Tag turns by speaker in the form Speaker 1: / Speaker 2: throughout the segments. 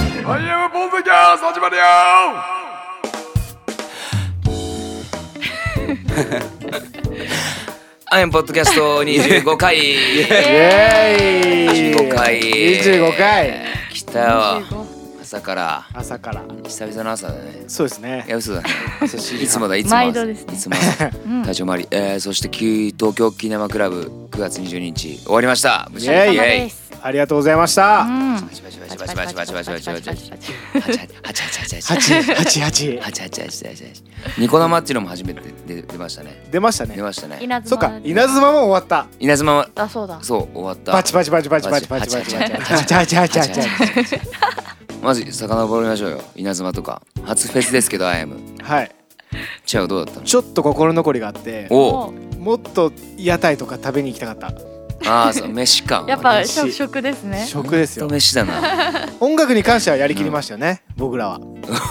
Speaker 1: ブポンセキャス始まるよ
Speaker 2: アイアンポッドキャスト25回
Speaker 3: イエーイ
Speaker 2: 25回
Speaker 3: 25回
Speaker 2: 来たよ朝から
Speaker 3: 朝から
Speaker 2: 久々の朝だね
Speaker 3: そうですね
Speaker 2: いや嘘だね
Speaker 3: 久しぶり
Speaker 2: いつもだいつも
Speaker 4: 毎度ですね
Speaker 2: いつも朝体調回り、えー、そしてき東京キネマクラブ9月22日終わりました無
Speaker 3: イ
Speaker 2: 事
Speaker 4: お疲
Speaker 3: エ
Speaker 4: れ
Speaker 3: イ
Speaker 4: 様
Speaker 2: エイ
Speaker 4: です。
Speaker 3: ありがとうございました
Speaker 2: バ
Speaker 4: ん
Speaker 2: チバチバチバチバチバチバチバチバチバチはちはちはちはちはち
Speaker 3: 八八八
Speaker 2: はちはちはちはちはちニコ生っていうのも初めて出出ましたね
Speaker 3: 出ました
Speaker 2: 出
Speaker 3: ね
Speaker 2: ましたね
Speaker 4: 稲妻。
Speaker 3: そっか稲妻も終わった
Speaker 2: 稲妻は
Speaker 4: あ、そうだ。
Speaker 2: そう終わった
Speaker 3: パチパチパチパチパチパチパチパチパチパチパチパチパチ
Speaker 2: まず遡りましょうよ稲妻とか初フェスですけどアイアム
Speaker 3: はい
Speaker 2: チャオどうだったの
Speaker 3: ちょっと心残りがあって
Speaker 2: おお
Speaker 3: もっと屋台とか食べに行きたかった
Speaker 2: ああそう飯か
Speaker 4: やっぱ
Speaker 3: 私
Speaker 4: 食食ですね。
Speaker 3: 食ですよ
Speaker 2: ほんと飯だ な
Speaker 3: 音楽に関してはやりきりましたよね僕らは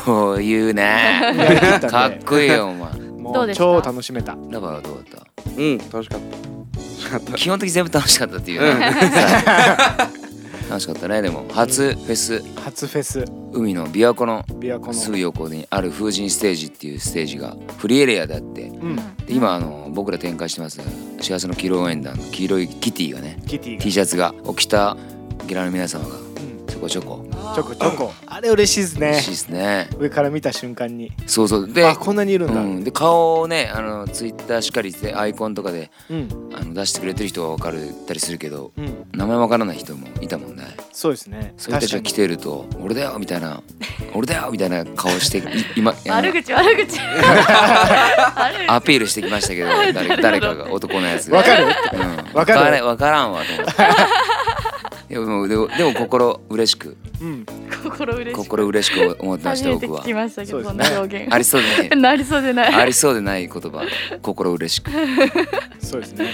Speaker 2: おお言うね
Speaker 3: やりきったんで
Speaker 2: かっこいいよお前
Speaker 3: も
Speaker 4: どう
Speaker 3: う
Speaker 4: ですか
Speaker 3: 超楽しめた
Speaker 2: ラバーはどうだっ
Speaker 1: うん、楽しかった。楽
Speaker 2: た
Speaker 1: し
Speaker 2: 基本的に全部楽しかったっていうね、 楽しかったねでも初フェス
Speaker 3: 初フェス
Speaker 2: 海の琵琶湖の
Speaker 3: 琵琶湖
Speaker 2: す
Speaker 3: の
Speaker 2: ぐ横にある風神ステージっていうステージがフリーエリアであって
Speaker 3: うん
Speaker 2: で今あの僕ら展開してます幸せの黄色応援団の黄色いキティがね
Speaker 3: キティが
Speaker 2: T シャツがを着たゲラの皆様が
Speaker 3: うん
Speaker 2: ちょこちょこ
Speaker 3: チョコチョコあれ嬉しいですね
Speaker 2: 嬉しいですね
Speaker 3: 上から見た瞬間に
Speaker 2: そうそうで
Speaker 3: あこんなにいるんだ
Speaker 2: う
Speaker 3: うん
Speaker 2: ん、で顔をねあのツイッターしっかりでアイコンとかで
Speaker 3: うん
Speaker 2: あの出してくれてる人は分かるたりするけど名前分からない人もいたもんね
Speaker 3: そうですね
Speaker 2: そういう人たちが来てると「俺だよ」みたいな「俺だよ」みたいな顔してい今あの
Speaker 4: 悪口悪口。悪
Speaker 2: アピールしてきましたけど誰誰かが男のやつが
Speaker 3: わかる
Speaker 2: うん、分
Speaker 3: わかる
Speaker 2: からない分からんわと思ってでもでもでも心嬉しく
Speaker 3: うん
Speaker 4: 口心嬉しい。
Speaker 2: 心嬉しく思ってまし
Speaker 4: 初
Speaker 2: た
Speaker 4: めて
Speaker 2: 僕
Speaker 4: 聞
Speaker 2: は
Speaker 4: きましたけど
Speaker 3: そ
Speaker 4: そ
Speaker 3: うんで
Speaker 4: な
Speaker 3: すね
Speaker 4: 表現
Speaker 2: あ。りそうでね
Speaker 4: なりそうでな
Speaker 2: あ
Speaker 4: い。
Speaker 2: りそうでない言葉心嬉しく
Speaker 3: そうですね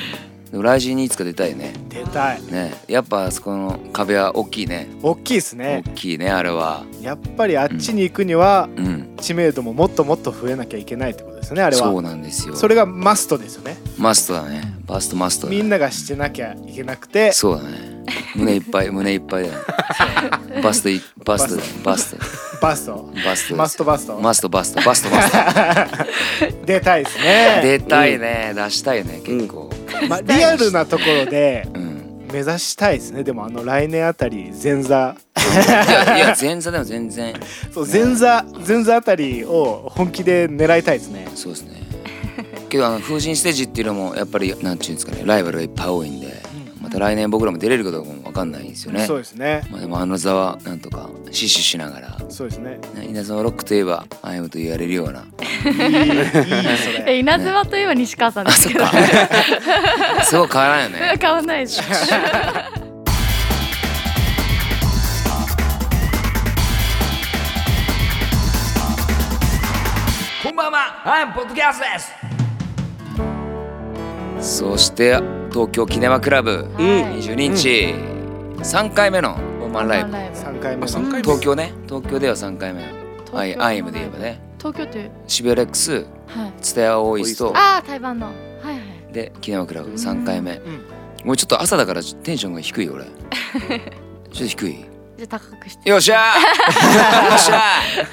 Speaker 2: でも来週にいつか出たいね
Speaker 3: 出たい
Speaker 2: ねやっぱあそこの壁は大きいね
Speaker 3: 大きいですね
Speaker 2: 大きいねあれは
Speaker 3: やっぱりあっちに行くには
Speaker 2: うん
Speaker 3: 知名度ももっともっと増えなきゃいけないってことですよねあれ
Speaker 2: そ
Speaker 3: は
Speaker 2: うなんですよ
Speaker 3: それがマストですよね
Speaker 2: マストだねバストマストだね
Speaker 3: みんながしてなきゃいけなくて
Speaker 2: そうだね胸いっぱい胸いっぱいだ ねバストいバストだバスト
Speaker 3: バスト
Speaker 2: バストです
Speaker 3: マストバスト
Speaker 2: マストバストバストバスト
Speaker 3: 出たいですね
Speaker 2: 出たいね出したいね結構
Speaker 3: まあリアルなところで
Speaker 2: うん
Speaker 3: 目指したいですねでもあの来年あたり前座
Speaker 2: いやいや前座でも全然
Speaker 3: そう前座前座あたりを本気で狙いたいですね
Speaker 2: そうですねけどあの風神ステージっていうのもやっぱりなんていうんですかねライバルがいっぱい多いんでまた来年僕らも出れるかどうかも分かんないんですよね
Speaker 3: そうですね
Speaker 2: まあ、でもあの座はなんとか死守しながら、
Speaker 3: そうですね
Speaker 2: ね、稲妻ロックといえばアイムと言われるよう ない
Speaker 3: いいいいそれ
Speaker 4: え稲妻といえば西川さんですけど。
Speaker 2: すごい変わらんよね
Speaker 4: 変わんないです。
Speaker 2: こんばんはアイムポッドキャストですそして東京キネマクラブ
Speaker 4: はい。
Speaker 2: 22日、三3回目のワンマンライブ
Speaker 4: ライブ。
Speaker 3: 三回目
Speaker 1: あ三
Speaker 3: の
Speaker 1: 回
Speaker 2: 東京ね東京では3回目アイアイムで言えばね
Speaker 4: 東京という。
Speaker 2: 渋谷レックス
Speaker 4: はい。
Speaker 2: ツタヤオーイスト
Speaker 4: ああ台湾の。はいはい。
Speaker 2: でキネマクラブ3回目、
Speaker 3: ん
Speaker 2: もうちょっと朝だからテンションが低いよ俺ちょっと低い
Speaker 4: じゃあ高くして。
Speaker 2: よっしゃーよっしゃ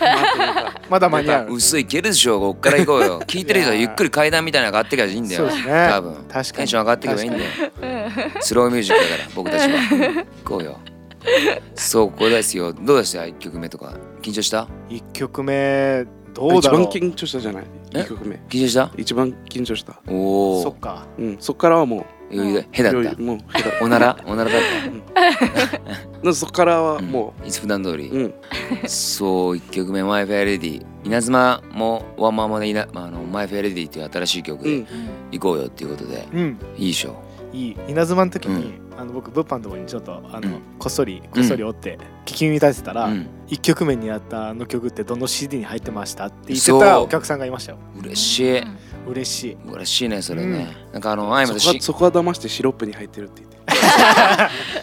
Speaker 2: ー
Speaker 3: まだ間に合う
Speaker 2: 薄いけるでしょこっから行こうよ聞いてる人はゆっくり階段みたいなのがあってからいいんだよ
Speaker 3: そうですね
Speaker 2: 多分
Speaker 3: 確か
Speaker 2: テン
Speaker 3: に
Speaker 2: ション上がってけばいいんだよスローミュージックだから僕たちは行こうよそうここですよどうでした1曲目とか緊張した
Speaker 3: 一曲目
Speaker 1: か
Speaker 3: どう
Speaker 1: った一
Speaker 3: だろ
Speaker 1: 番
Speaker 3: う
Speaker 1: 緊張したじゃない
Speaker 2: え
Speaker 1: 一曲目
Speaker 2: 緊張した
Speaker 1: 一番緊張した
Speaker 2: お
Speaker 3: そ
Speaker 2: お
Speaker 3: っか
Speaker 1: うん、そっからはも
Speaker 2: 余裕だへだ
Speaker 1: う
Speaker 2: っ
Speaker 1: よい
Speaker 2: た
Speaker 1: もう下
Speaker 2: おならおならだっ
Speaker 1: 手なそっからは
Speaker 2: た
Speaker 1: も
Speaker 2: うんいつ普段通
Speaker 1: うう
Speaker 2: り
Speaker 1: ん
Speaker 2: そう1曲目「マイ・フェア・レディ」稲妻もワンマンもねいなあのマイ・フェア・レディっていう新しい曲
Speaker 1: う
Speaker 2: で
Speaker 1: ん
Speaker 2: 行こうよっていうことで
Speaker 3: うん
Speaker 2: いいでしょ
Speaker 3: いい稲妻の時に、あの僕物販のとこにちょっとあの、こっそりこっそり折って聞き耳立てた
Speaker 2: う
Speaker 3: ら、
Speaker 2: ん
Speaker 3: 一曲目にあったあの曲ってどの CD に入ってましたって言って
Speaker 2: そう
Speaker 3: たお客さんがいましたよ
Speaker 2: 嬉しい
Speaker 3: 嬉しい
Speaker 2: 嬉しいねそれね、なんかあのアイムと
Speaker 1: そこ
Speaker 2: し
Speaker 1: はそこは騙してシロップに入ってるって言って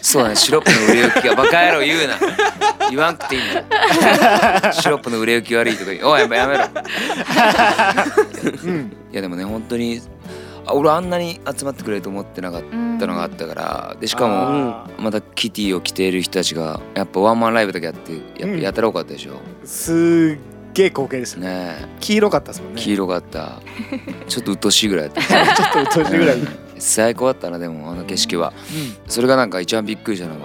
Speaker 2: そうだねシロップの売れ行きがバカ野郎言うな言わんくていいんだよシロップの売れ行き悪いとか言うおいやめやめろい
Speaker 3: うん
Speaker 2: やでもね本当にあ俺あんなに集まってくれると思ってなかっ
Speaker 4: う
Speaker 2: ったのがあったからでしかも
Speaker 3: あー
Speaker 2: またキティを着ている人たちがやっぱワンマンライブだけやってやっ
Speaker 3: う
Speaker 2: ぱ
Speaker 3: ん
Speaker 2: やたら多かったでしょ、
Speaker 3: すっげえ光景ですね
Speaker 2: ね
Speaker 3: 黄色かったですもん
Speaker 2: え
Speaker 3: ね
Speaker 2: 黄色かったちょっと鬱陶しいぐらいだっ
Speaker 3: ちょっと年ぐらい、うん
Speaker 2: た最高だったなでもあの景色はそれがなんか一番びっくりしたのが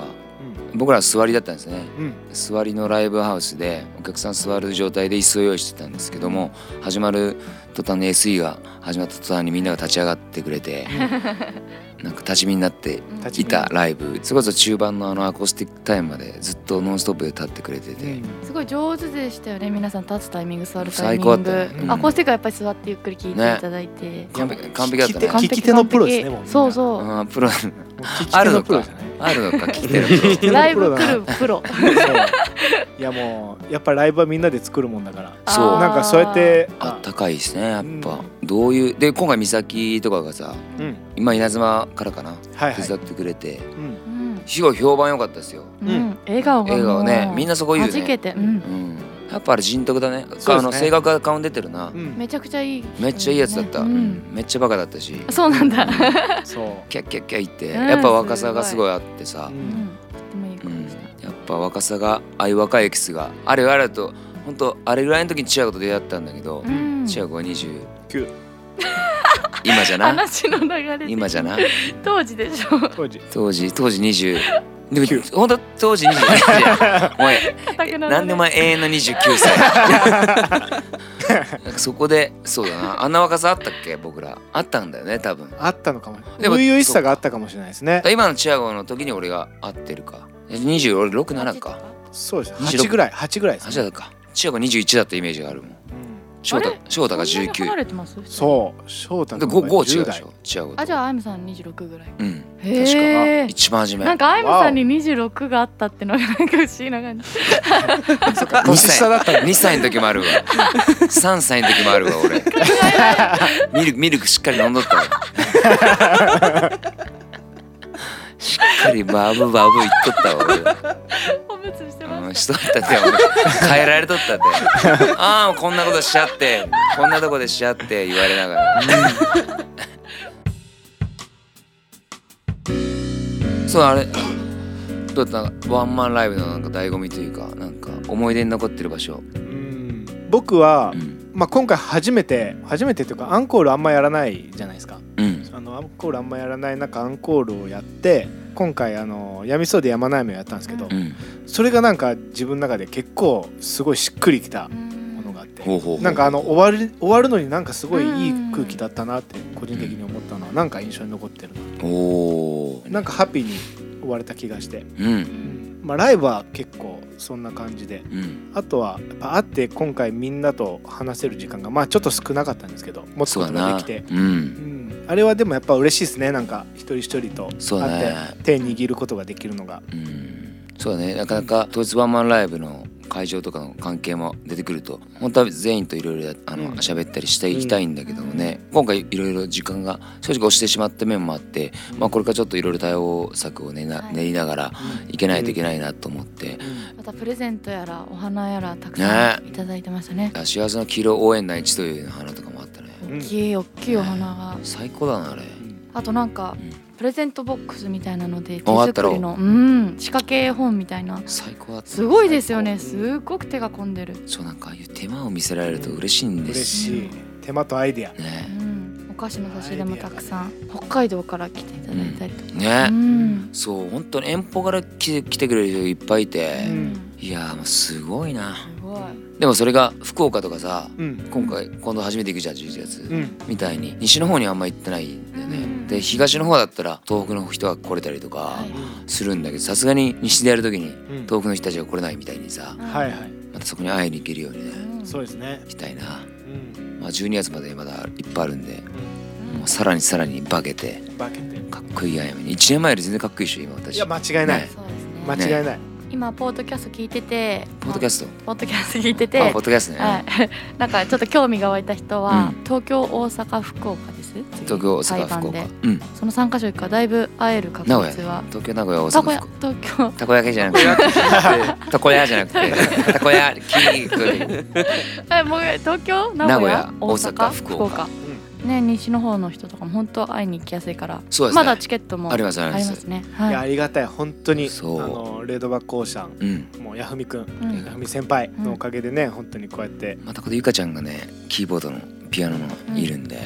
Speaker 2: 僕ら座りだったんですね
Speaker 3: うん
Speaker 2: 座りのライブハウスでお客さん座る状態で椅子を用意してたんですけども始まる途端に SE が始まった途端にみんなが立ち上がってくれてなんか立ち見になって
Speaker 4: うん
Speaker 3: 立ち
Speaker 2: いたライブそれこそ中盤のあのアコースティックタイムまでずっとノンストップで立ってくれて
Speaker 3: う
Speaker 2: て
Speaker 3: ん、
Speaker 4: すごい上手でしたよね皆さん立つタイミング座るタイ
Speaker 2: 最
Speaker 4: ミ
Speaker 2: 高
Speaker 4: ング、
Speaker 2: だったね
Speaker 3: うん
Speaker 4: アコースティックはやっぱり座ってゆっくり聞いていただいて、
Speaker 2: 完璧完璧だったね
Speaker 3: 聞き手聞き手のプロですねもうみんな
Speaker 4: そうそ
Speaker 2: あ
Speaker 4: う、
Speaker 2: ープロ
Speaker 3: もう聞き
Speaker 2: あ
Speaker 3: 手
Speaker 2: る
Speaker 3: の
Speaker 2: の
Speaker 3: プロ
Speaker 2: か
Speaker 3: じゃない
Speaker 2: あるのか聞いてるプロ
Speaker 3: 聞き手
Speaker 4: ラ
Speaker 3: の
Speaker 4: イ
Speaker 3: プ
Speaker 4: ブ
Speaker 3: ロ
Speaker 4: 来
Speaker 3: だ
Speaker 4: る
Speaker 3: な
Speaker 4: プロ
Speaker 3: そういやもうやっぱライブはみんなで作るもんだから
Speaker 2: そう
Speaker 4: あー
Speaker 3: なんかそうやって
Speaker 2: あったかいですねやっぱ、
Speaker 3: う
Speaker 2: どういうで今回美咲とかがさ
Speaker 3: うん
Speaker 2: 今稲妻からかな
Speaker 3: はいは
Speaker 2: 手
Speaker 3: い
Speaker 2: 伝ってくれて、
Speaker 3: うん
Speaker 4: うん、
Speaker 2: すごい評判良かったですよ
Speaker 4: う、
Speaker 3: うん
Speaker 4: 笑顔がもう
Speaker 2: 映画をねみんなそこ言う
Speaker 4: はじけ
Speaker 2: ね、
Speaker 4: て、うん
Speaker 2: う、ん、やっぱあれ人徳だね
Speaker 3: すね
Speaker 2: あの性格が顔に出てるな、
Speaker 3: うん
Speaker 4: めちゃくちゃいい、
Speaker 2: めっちゃいいやつだった、
Speaker 4: うん
Speaker 2: うんめっちゃバカだったし
Speaker 4: そうなんだ、
Speaker 3: そ
Speaker 2: キャッキャッキャ言って、
Speaker 4: うん
Speaker 2: やっぱ若さがすごいあってさ、
Speaker 3: う、う
Speaker 2: うん
Speaker 4: うんん、とてもいい子でした、
Speaker 2: やっぱ若さがああいう若いエキスがあれよあれよと本当あれぐらいの時に千秋と出会ったんだけど、
Speaker 4: うん
Speaker 2: 千秋は20
Speaker 3: 9
Speaker 2: 今じゃな
Speaker 4: 話の流れ
Speaker 2: 今じゃな
Speaker 4: 当時でしょ
Speaker 3: 当時
Speaker 2: 当時当時20で も
Speaker 3: 九
Speaker 2: 本当当時20お前
Speaker 4: 固くなる
Speaker 2: なんでお前永遠の29歳な んかそこでそうだなあんな若さあったっけ僕らあったんだよね多分だか
Speaker 3: あったのかも初
Speaker 2: でも
Speaker 3: 々しさがあったかもしれないですね
Speaker 2: ら今のチアゴの時に俺が合ってるか20俺67か
Speaker 3: そうです
Speaker 2: 26
Speaker 3: 8ぐらい8ぐらいです
Speaker 2: 8
Speaker 3: ね、
Speaker 2: だったかチアゴ21だったイメージがあるもん
Speaker 3: うん
Speaker 2: 翔
Speaker 4: あ
Speaker 2: 太
Speaker 4: れ
Speaker 2: 翔太が
Speaker 4: そんなに離
Speaker 2: 19
Speaker 4: れてます
Speaker 3: そう翔太
Speaker 2: で
Speaker 3: の方
Speaker 2: 5違う
Speaker 3: が10
Speaker 2: で
Speaker 3: 代
Speaker 2: しょチアゴと
Speaker 4: あじゃああやむさん26ぐらい
Speaker 2: うん確
Speaker 4: へ
Speaker 2: か
Speaker 4: え
Speaker 2: 一番初め
Speaker 4: なんかあやむさんに26があったっ てのがなんか不思議な感じ
Speaker 2: 2
Speaker 3: 年下だったん
Speaker 2: 歳 ,2 歳の時もあるわ3歳の時もあるわ 俺ミルクミルクしっかり飲んどったわしっかりバブバブ言っとったわ俺
Speaker 4: おむつして
Speaker 2: う
Speaker 4: ま
Speaker 2: ん、
Speaker 4: し
Speaker 2: しとったって変えられとったってああこんなことしちゃってこんなとこでしちゃって言われながらそうあれどうだったワンマンライブのなんか醍醐味というかなんか思い出に残ってる場所、
Speaker 3: うん僕は
Speaker 2: う、ん
Speaker 3: まあ、今回初めて初めてというかアンコールあんまやらないじゃないですか
Speaker 2: うん、
Speaker 3: あのアンコールあんまやらない中アンコールをやって今回あの「やみそうでやまない目」をやったんですけど、
Speaker 2: うん、
Speaker 3: それがなんか自分の中で結構すごいしっくりきた
Speaker 4: た
Speaker 3: ものがあって
Speaker 2: ほうほうほう
Speaker 3: なんかあの終わる終わるのになんかすごいいい空気だったなって個人的に思ったのはなんか印象に残ってる
Speaker 2: おお
Speaker 3: ななんかハッピーに終われた気がして、
Speaker 2: うん
Speaker 3: まあ、ライブは結構そんな感じで
Speaker 2: うん
Speaker 3: あとはやっぱ会って今回みんなと話せる時間がまあちょっと少なかったんですけど持つ
Speaker 2: そ
Speaker 3: こ
Speaker 2: うだ
Speaker 3: とが
Speaker 2: な
Speaker 3: できて。
Speaker 2: うん
Speaker 3: うんあれはでもやっぱ嬉しいですねなんか一人一人と
Speaker 2: そうだ
Speaker 3: 会
Speaker 2: ね
Speaker 3: って手握ることができるのが
Speaker 2: うんそうだねなかなか統一ワンマンライブの会場とかの関係も出てくると本当は全員といろいろあ
Speaker 3: う
Speaker 2: の
Speaker 3: ん
Speaker 2: 喋ったりしていきたいんだけどもね、今回いろいろ時間が正直押してしまった面もあって、まあ、これからちょっといろいろ対応策を練な、
Speaker 4: はい
Speaker 2: 練りながらいけないといけないなと思って。
Speaker 4: またプレゼントやらお花やらたくさんいただいてましたね
Speaker 2: あ幸せの黄色応援団一という花とかもあったね
Speaker 3: ね
Speaker 4: 大きい大きいお花が
Speaker 2: 最高だなあれ、
Speaker 4: あとなんか
Speaker 2: うん
Speaker 4: プレゼントボックスみたいなので手
Speaker 2: ああった
Speaker 4: 作
Speaker 2: ろ
Speaker 4: りのうん仕掛け絵本みたいな
Speaker 2: 最高だった
Speaker 4: すごいですよね
Speaker 3: 最
Speaker 4: すっごく手が込んでる、
Speaker 2: そうなんかああいう手間を見せられると嬉しいんで
Speaker 3: 嬉
Speaker 2: す
Speaker 3: しい手間とアイデア
Speaker 2: よ
Speaker 4: う
Speaker 2: ね
Speaker 4: ん、お菓子の差し入れもたくさん北海道から来ていただいたりとか、
Speaker 2: ね、
Speaker 4: うん
Speaker 2: そう本当に遠方から来て来てくれる人いっぱいいて、
Speaker 4: うんん、
Speaker 2: いやーもうすごいな
Speaker 4: すごい
Speaker 2: でもそれが福岡とかさ
Speaker 3: うん
Speaker 2: 今回今度初めて行くじゃん11月、
Speaker 3: うん
Speaker 2: みたいに西の方にあんま行ってないんだよね、
Speaker 4: うん
Speaker 2: で東の方だったら東北の人が来れたりとか
Speaker 4: はい
Speaker 2: するんだけどさすがに西でやる時に
Speaker 3: うん
Speaker 2: 東北の人たちが来れないみたいにさ
Speaker 3: はいはい
Speaker 2: またそこに会いに行けるようにね
Speaker 4: うん
Speaker 3: そうですね
Speaker 2: したいな、
Speaker 3: うん
Speaker 2: まあ、12月までまだいっぱいあるんで
Speaker 4: うん
Speaker 2: もうさらにさらに化けて
Speaker 3: 化けて
Speaker 2: かっこいいあやめに1年前より全然かっこいいでしょ今
Speaker 3: い
Speaker 2: 私
Speaker 3: や間違いない
Speaker 2: ね
Speaker 4: そうですね
Speaker 3: 間違いない
Speaker 4: 今ポッドキャスト聞いてて
Speaker 2: ポッドキャスト
Speaker 4: まあポッドキャスト聞いてて
Speaker 2: あポッドキャストね、
Speaker 4: はい、 なんかちょっと興味が湧いた人は、
Speaker 2: うん
Speaker 4: 東京大阪福岡です
Speaker 2: 東京大阪
Speaker 4: 裁判
Speaker 2: 福岡
Speaker 4: で
Speaker 2: うん
Speaker 4: その3か所行くからだいぶ会える確率は
Speaker 2: 東京名古屋大
Speaker 4: 名
Speaker 2: 阪福
Speaker 4: 古屋
Speaker 2: 岡
Speaker 4: 東京
Speaker 2: たこ焼きじゃなくて、たこやじゃなくて、たこやき、
Speaker 4: えもう東京名古屋
Speaker 2: 名古屋
Speaker 4: 大
Speaker 2: 大
Speaker 4: 阪
Speaker 2: 阪
Speaker 4: 福
Speaker 2: 福
Speaker 4: 岡
Speaker 2: 岡
Speaker 4: ね西の方の人とかも本当会いに行きやすいから
Speaker 2: そうですね
Speaker 4: まだチケットも
Speaker 2: ありますあり
Speaker 4: あ
Speaker 2: ま
Speaker 4: り
Speaker 2: す
Speaker 4: ますね
Speaker 3: い
Speaker 4: は
Speaker 3: や
Speaker 4: い
Speaker 3: ありがたい本当にあ
Speaker 2: そう
Speaker 3: のレードバックオーシャン
Speaker 2: うん
Speaker 3: もうヤフミくん
Speaker 4: うん
Speaker 3: ヤフミ先輩のおかげでね本当にこうやって
Speaker 2: またこのゆかちゃんがねキーボードのピアノもいるんで、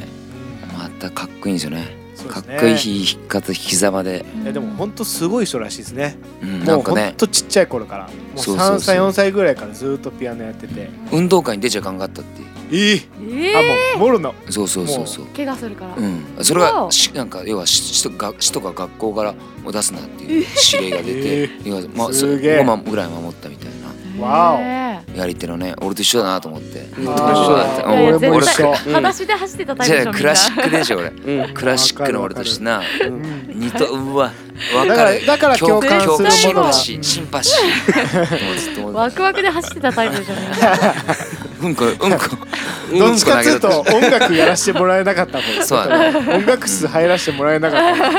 Speaker 2: またかっこいいんですよね
Speaker 3: そうで
Speaker 2: か
Speaker 3: す
Speaker 2: っ
Speaker 3: ね
Speaker 2: こいい日引き方引きざまで、
Speaker 4: うん
Speaker 3: いやでも本当すごい人らしいですね
Speaker 2: うん、な
Speaker 3: もうん
Speaker 2: か
Speaker 3: ほん
Speaker 2: ね
Speaker 3: とちっちゃい頃からもう
Speaker 2: そうそうそう
Speaker 3: 3歳4歳ぐらいからずっとピアノやってて
Speaker 2: 運動会に出ちゃいかんかったってい
Speaker 3: いいあ
Speaker 4: ええ
Speaker 3: もうモロの
Speaker 2: うそうそうそうそう
Speaker 4: 怪我するから
Speaker 2: うん、それ
Speaker 4: そ
Speaker 2: が
Speaker 4: う
Speaker 2: しなんか要はし市とか市とか学校からを出すなっていう指令が出て、
Speaker 3: え
Speaker 2: 要はまあ、そ
Speaker 3: すげえ
Speaker 2: 5万ぐらい守ったみたいな
Speaker 3: わお
Speaker 4: へえ
Speaker 2: やり手のね俺と一緒だなと思って
Speaker 1: うん
Speaker 2: 俺と一緒だって
Speaker 4: あーいやいや
Speaker 2: うん俺も俺
Speaker 4: 絶
Speaker 2: じ
Speaker 4: 対
Speaker 1: うん
Speaker 4: 裸足で走ってたタイプでし
Speaker 2: ゃ
Speaker 4: ょ
Speaker 2: あ
Speaker 4: み
Speaker 2: ク
Speaker 4: んな
Speaker 2: ラシックでしょ 俺
Speaker 1: うん
Speaker 2: クラシックの俺としてな
Speaker 3: うん
Speaker 2: 二とうわ分か
Speaker 3: だから
Speaker 2: る
Speaker 3: だから共感
Speaker 4: 共
Speaker 3: す
Speaker 4: 感
Speaker 2: シ
Speaker 3: る
Speaker 2: ン
Speaker 3: もの
Speaker 2: パ
Speaker 3: が
Speaker 2: シーシンパシーどう
Speaker 4: ワクワクで走ってたタイプでしょみんな
Speaker 2: うんこうんこうんこ
Speaker 3: どっちかというと
Speaker 2: 投げ
Speaker 3: 音楽やらせてもらえなかったもん
Speaker 2: そうだ
Speaker 3: 音楽室入らせてもらえなかったも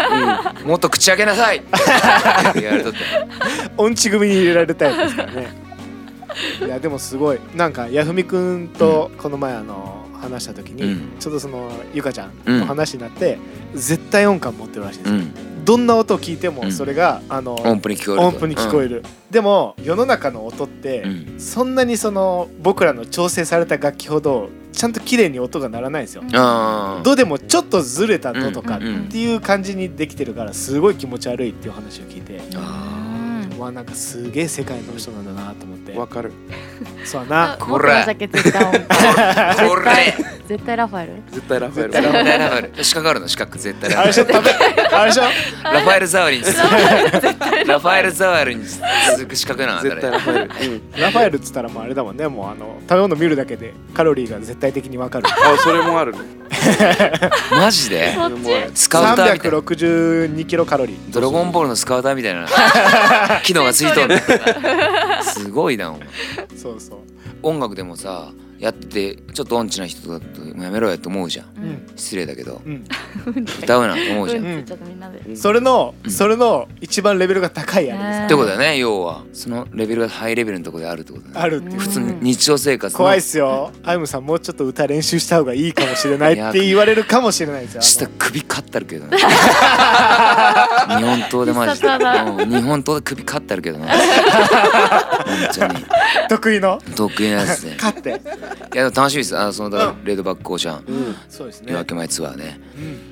Speaker 3: ん
Speaker 2: たもっと口開けなさい言われとって
Speaker 3: 音痴組に入れられたやつですからね いやでもすごいなんかやふみくんとこの前あの話した時に、
Speaker 2: うん
Speaker 3: ちょっとそのゆかちゃん
Speaker 2: うん
Speaker 3: と話になって、絶対音感持ってるらしいんで
Speaker 2: う
Speaker 3: すよ、
Speaker 2: ん
Speaker 3: どんな音を聞いて
Speaker 2: う
Speaker 3: も
Speaker 2: ん
Speaker 3: それが、あの
Speaker 2: 音符に聞こえる
Speaker 3: 音符に聞こえる、でも世の中の音って、
Speaker 2: うん
Speaker 3: そんなにその僕らの調整された楽器ほどちゃんと綺麗に音が鳴らないんですよ、
Speaker 2: あ
Speaker 3: どうでもちょっとずれたのとかっ
Speaker 2: うんうん
Speaker 3: ていう感じにできてるからすごい気持ち悪いっていう話を聞いて、
Speaker 4: うん
Speaker 3: わなんかすげえ世界の人なんだなと思って
Speaker 1: わかる
Speaker 3: そうや
Speaker 4: あ
Speaker 3: な
Speaker 2: こ
Speaker 4: 持って
Speaker 2: ら
Speaker 4: ましたっけ絶対音符
Speaker 2: あこれ
Speaker 4: 絶対ラファエル
Speaker 1: 絶対ラファエル
Speaker 3: 絶対
Speaker 2: 絶対ラファエル資格あるの資格絶対ラ
Speaker 3: あ
Speaker 2: フ
Speaker 3: れ
Speaker 2: ァ
Speaker 3: でしょ
Speaker 2: エル
Speaker 3: 食べあれでしょ
Speaker 2: ラファエル・ザワールにラファエル・ザワールに続く資格なんだ
Speaker 1: 絶対ラファエルうん
Speaker 3: ラファエルっつったらもうあれだもんねもうあの食べ物見るだけでカロリーが絶対的にわかる
Speaker 1: あそれもあるね
Speaker 2: マジで
Speaker 4: そっ
Speaker 1: もうある
Speaker 4: ち
Speaker 2: スカウターみたいな
Speaker 3: 362キロカロリー
Speaker 2: ドラゴンボールのスカウターみたいな機能がついとんねんすごいなお前
Speaker 3: そうそう
Speaker 2: 音楽でもさやっててちょっと音痴な人だとやめろやと思うじゃん
Speaker 4: う
Speaker 3: うんん
Speaker 2: 失礼だけど
Speaker 3: うん
Speaker 2: 歌うなと思うじゃん
Speaker 4: う
Speaker 2: っ
Speaker 4: んちょっとみんなで
Speaker 1: うん
Speaker 3: それの
Speaker 2: うん
Speaker 3: それの一番レベルが高いあれ
Speaker 4: ね
Speaker 2: てことだよね要はそのレベルがハイレベルのところであるってことだ
Speaker 3: あ
Speaker 2: ね
Speaker 3: るっていう
Speaker 2: 普通に日常生活の
Speaker 3: 怖いっすよアイムさんもうちょっと歌練習した方がいいかもしれない
Speaker 2: いや
Speaker 3: って言われるかもしれない です
Speaker 2: 下
Speaker 3: よ
Speaker 2: 首かったるけどね日本刀でマジで
Speaker 4: 必殺技
Speaker 2: うん日本刀で首かったるけどね本
Speaker 3: あの得意の
Speaker 2: 当に得意なやつでい
Speaker 3: 勝って
Speaker 2: やでも楽しみですあのそのだからレードバックオーシャン
Speaker 1: うん
Speaker 3: そうですね
Speaker 2: 夜明け前ツアーね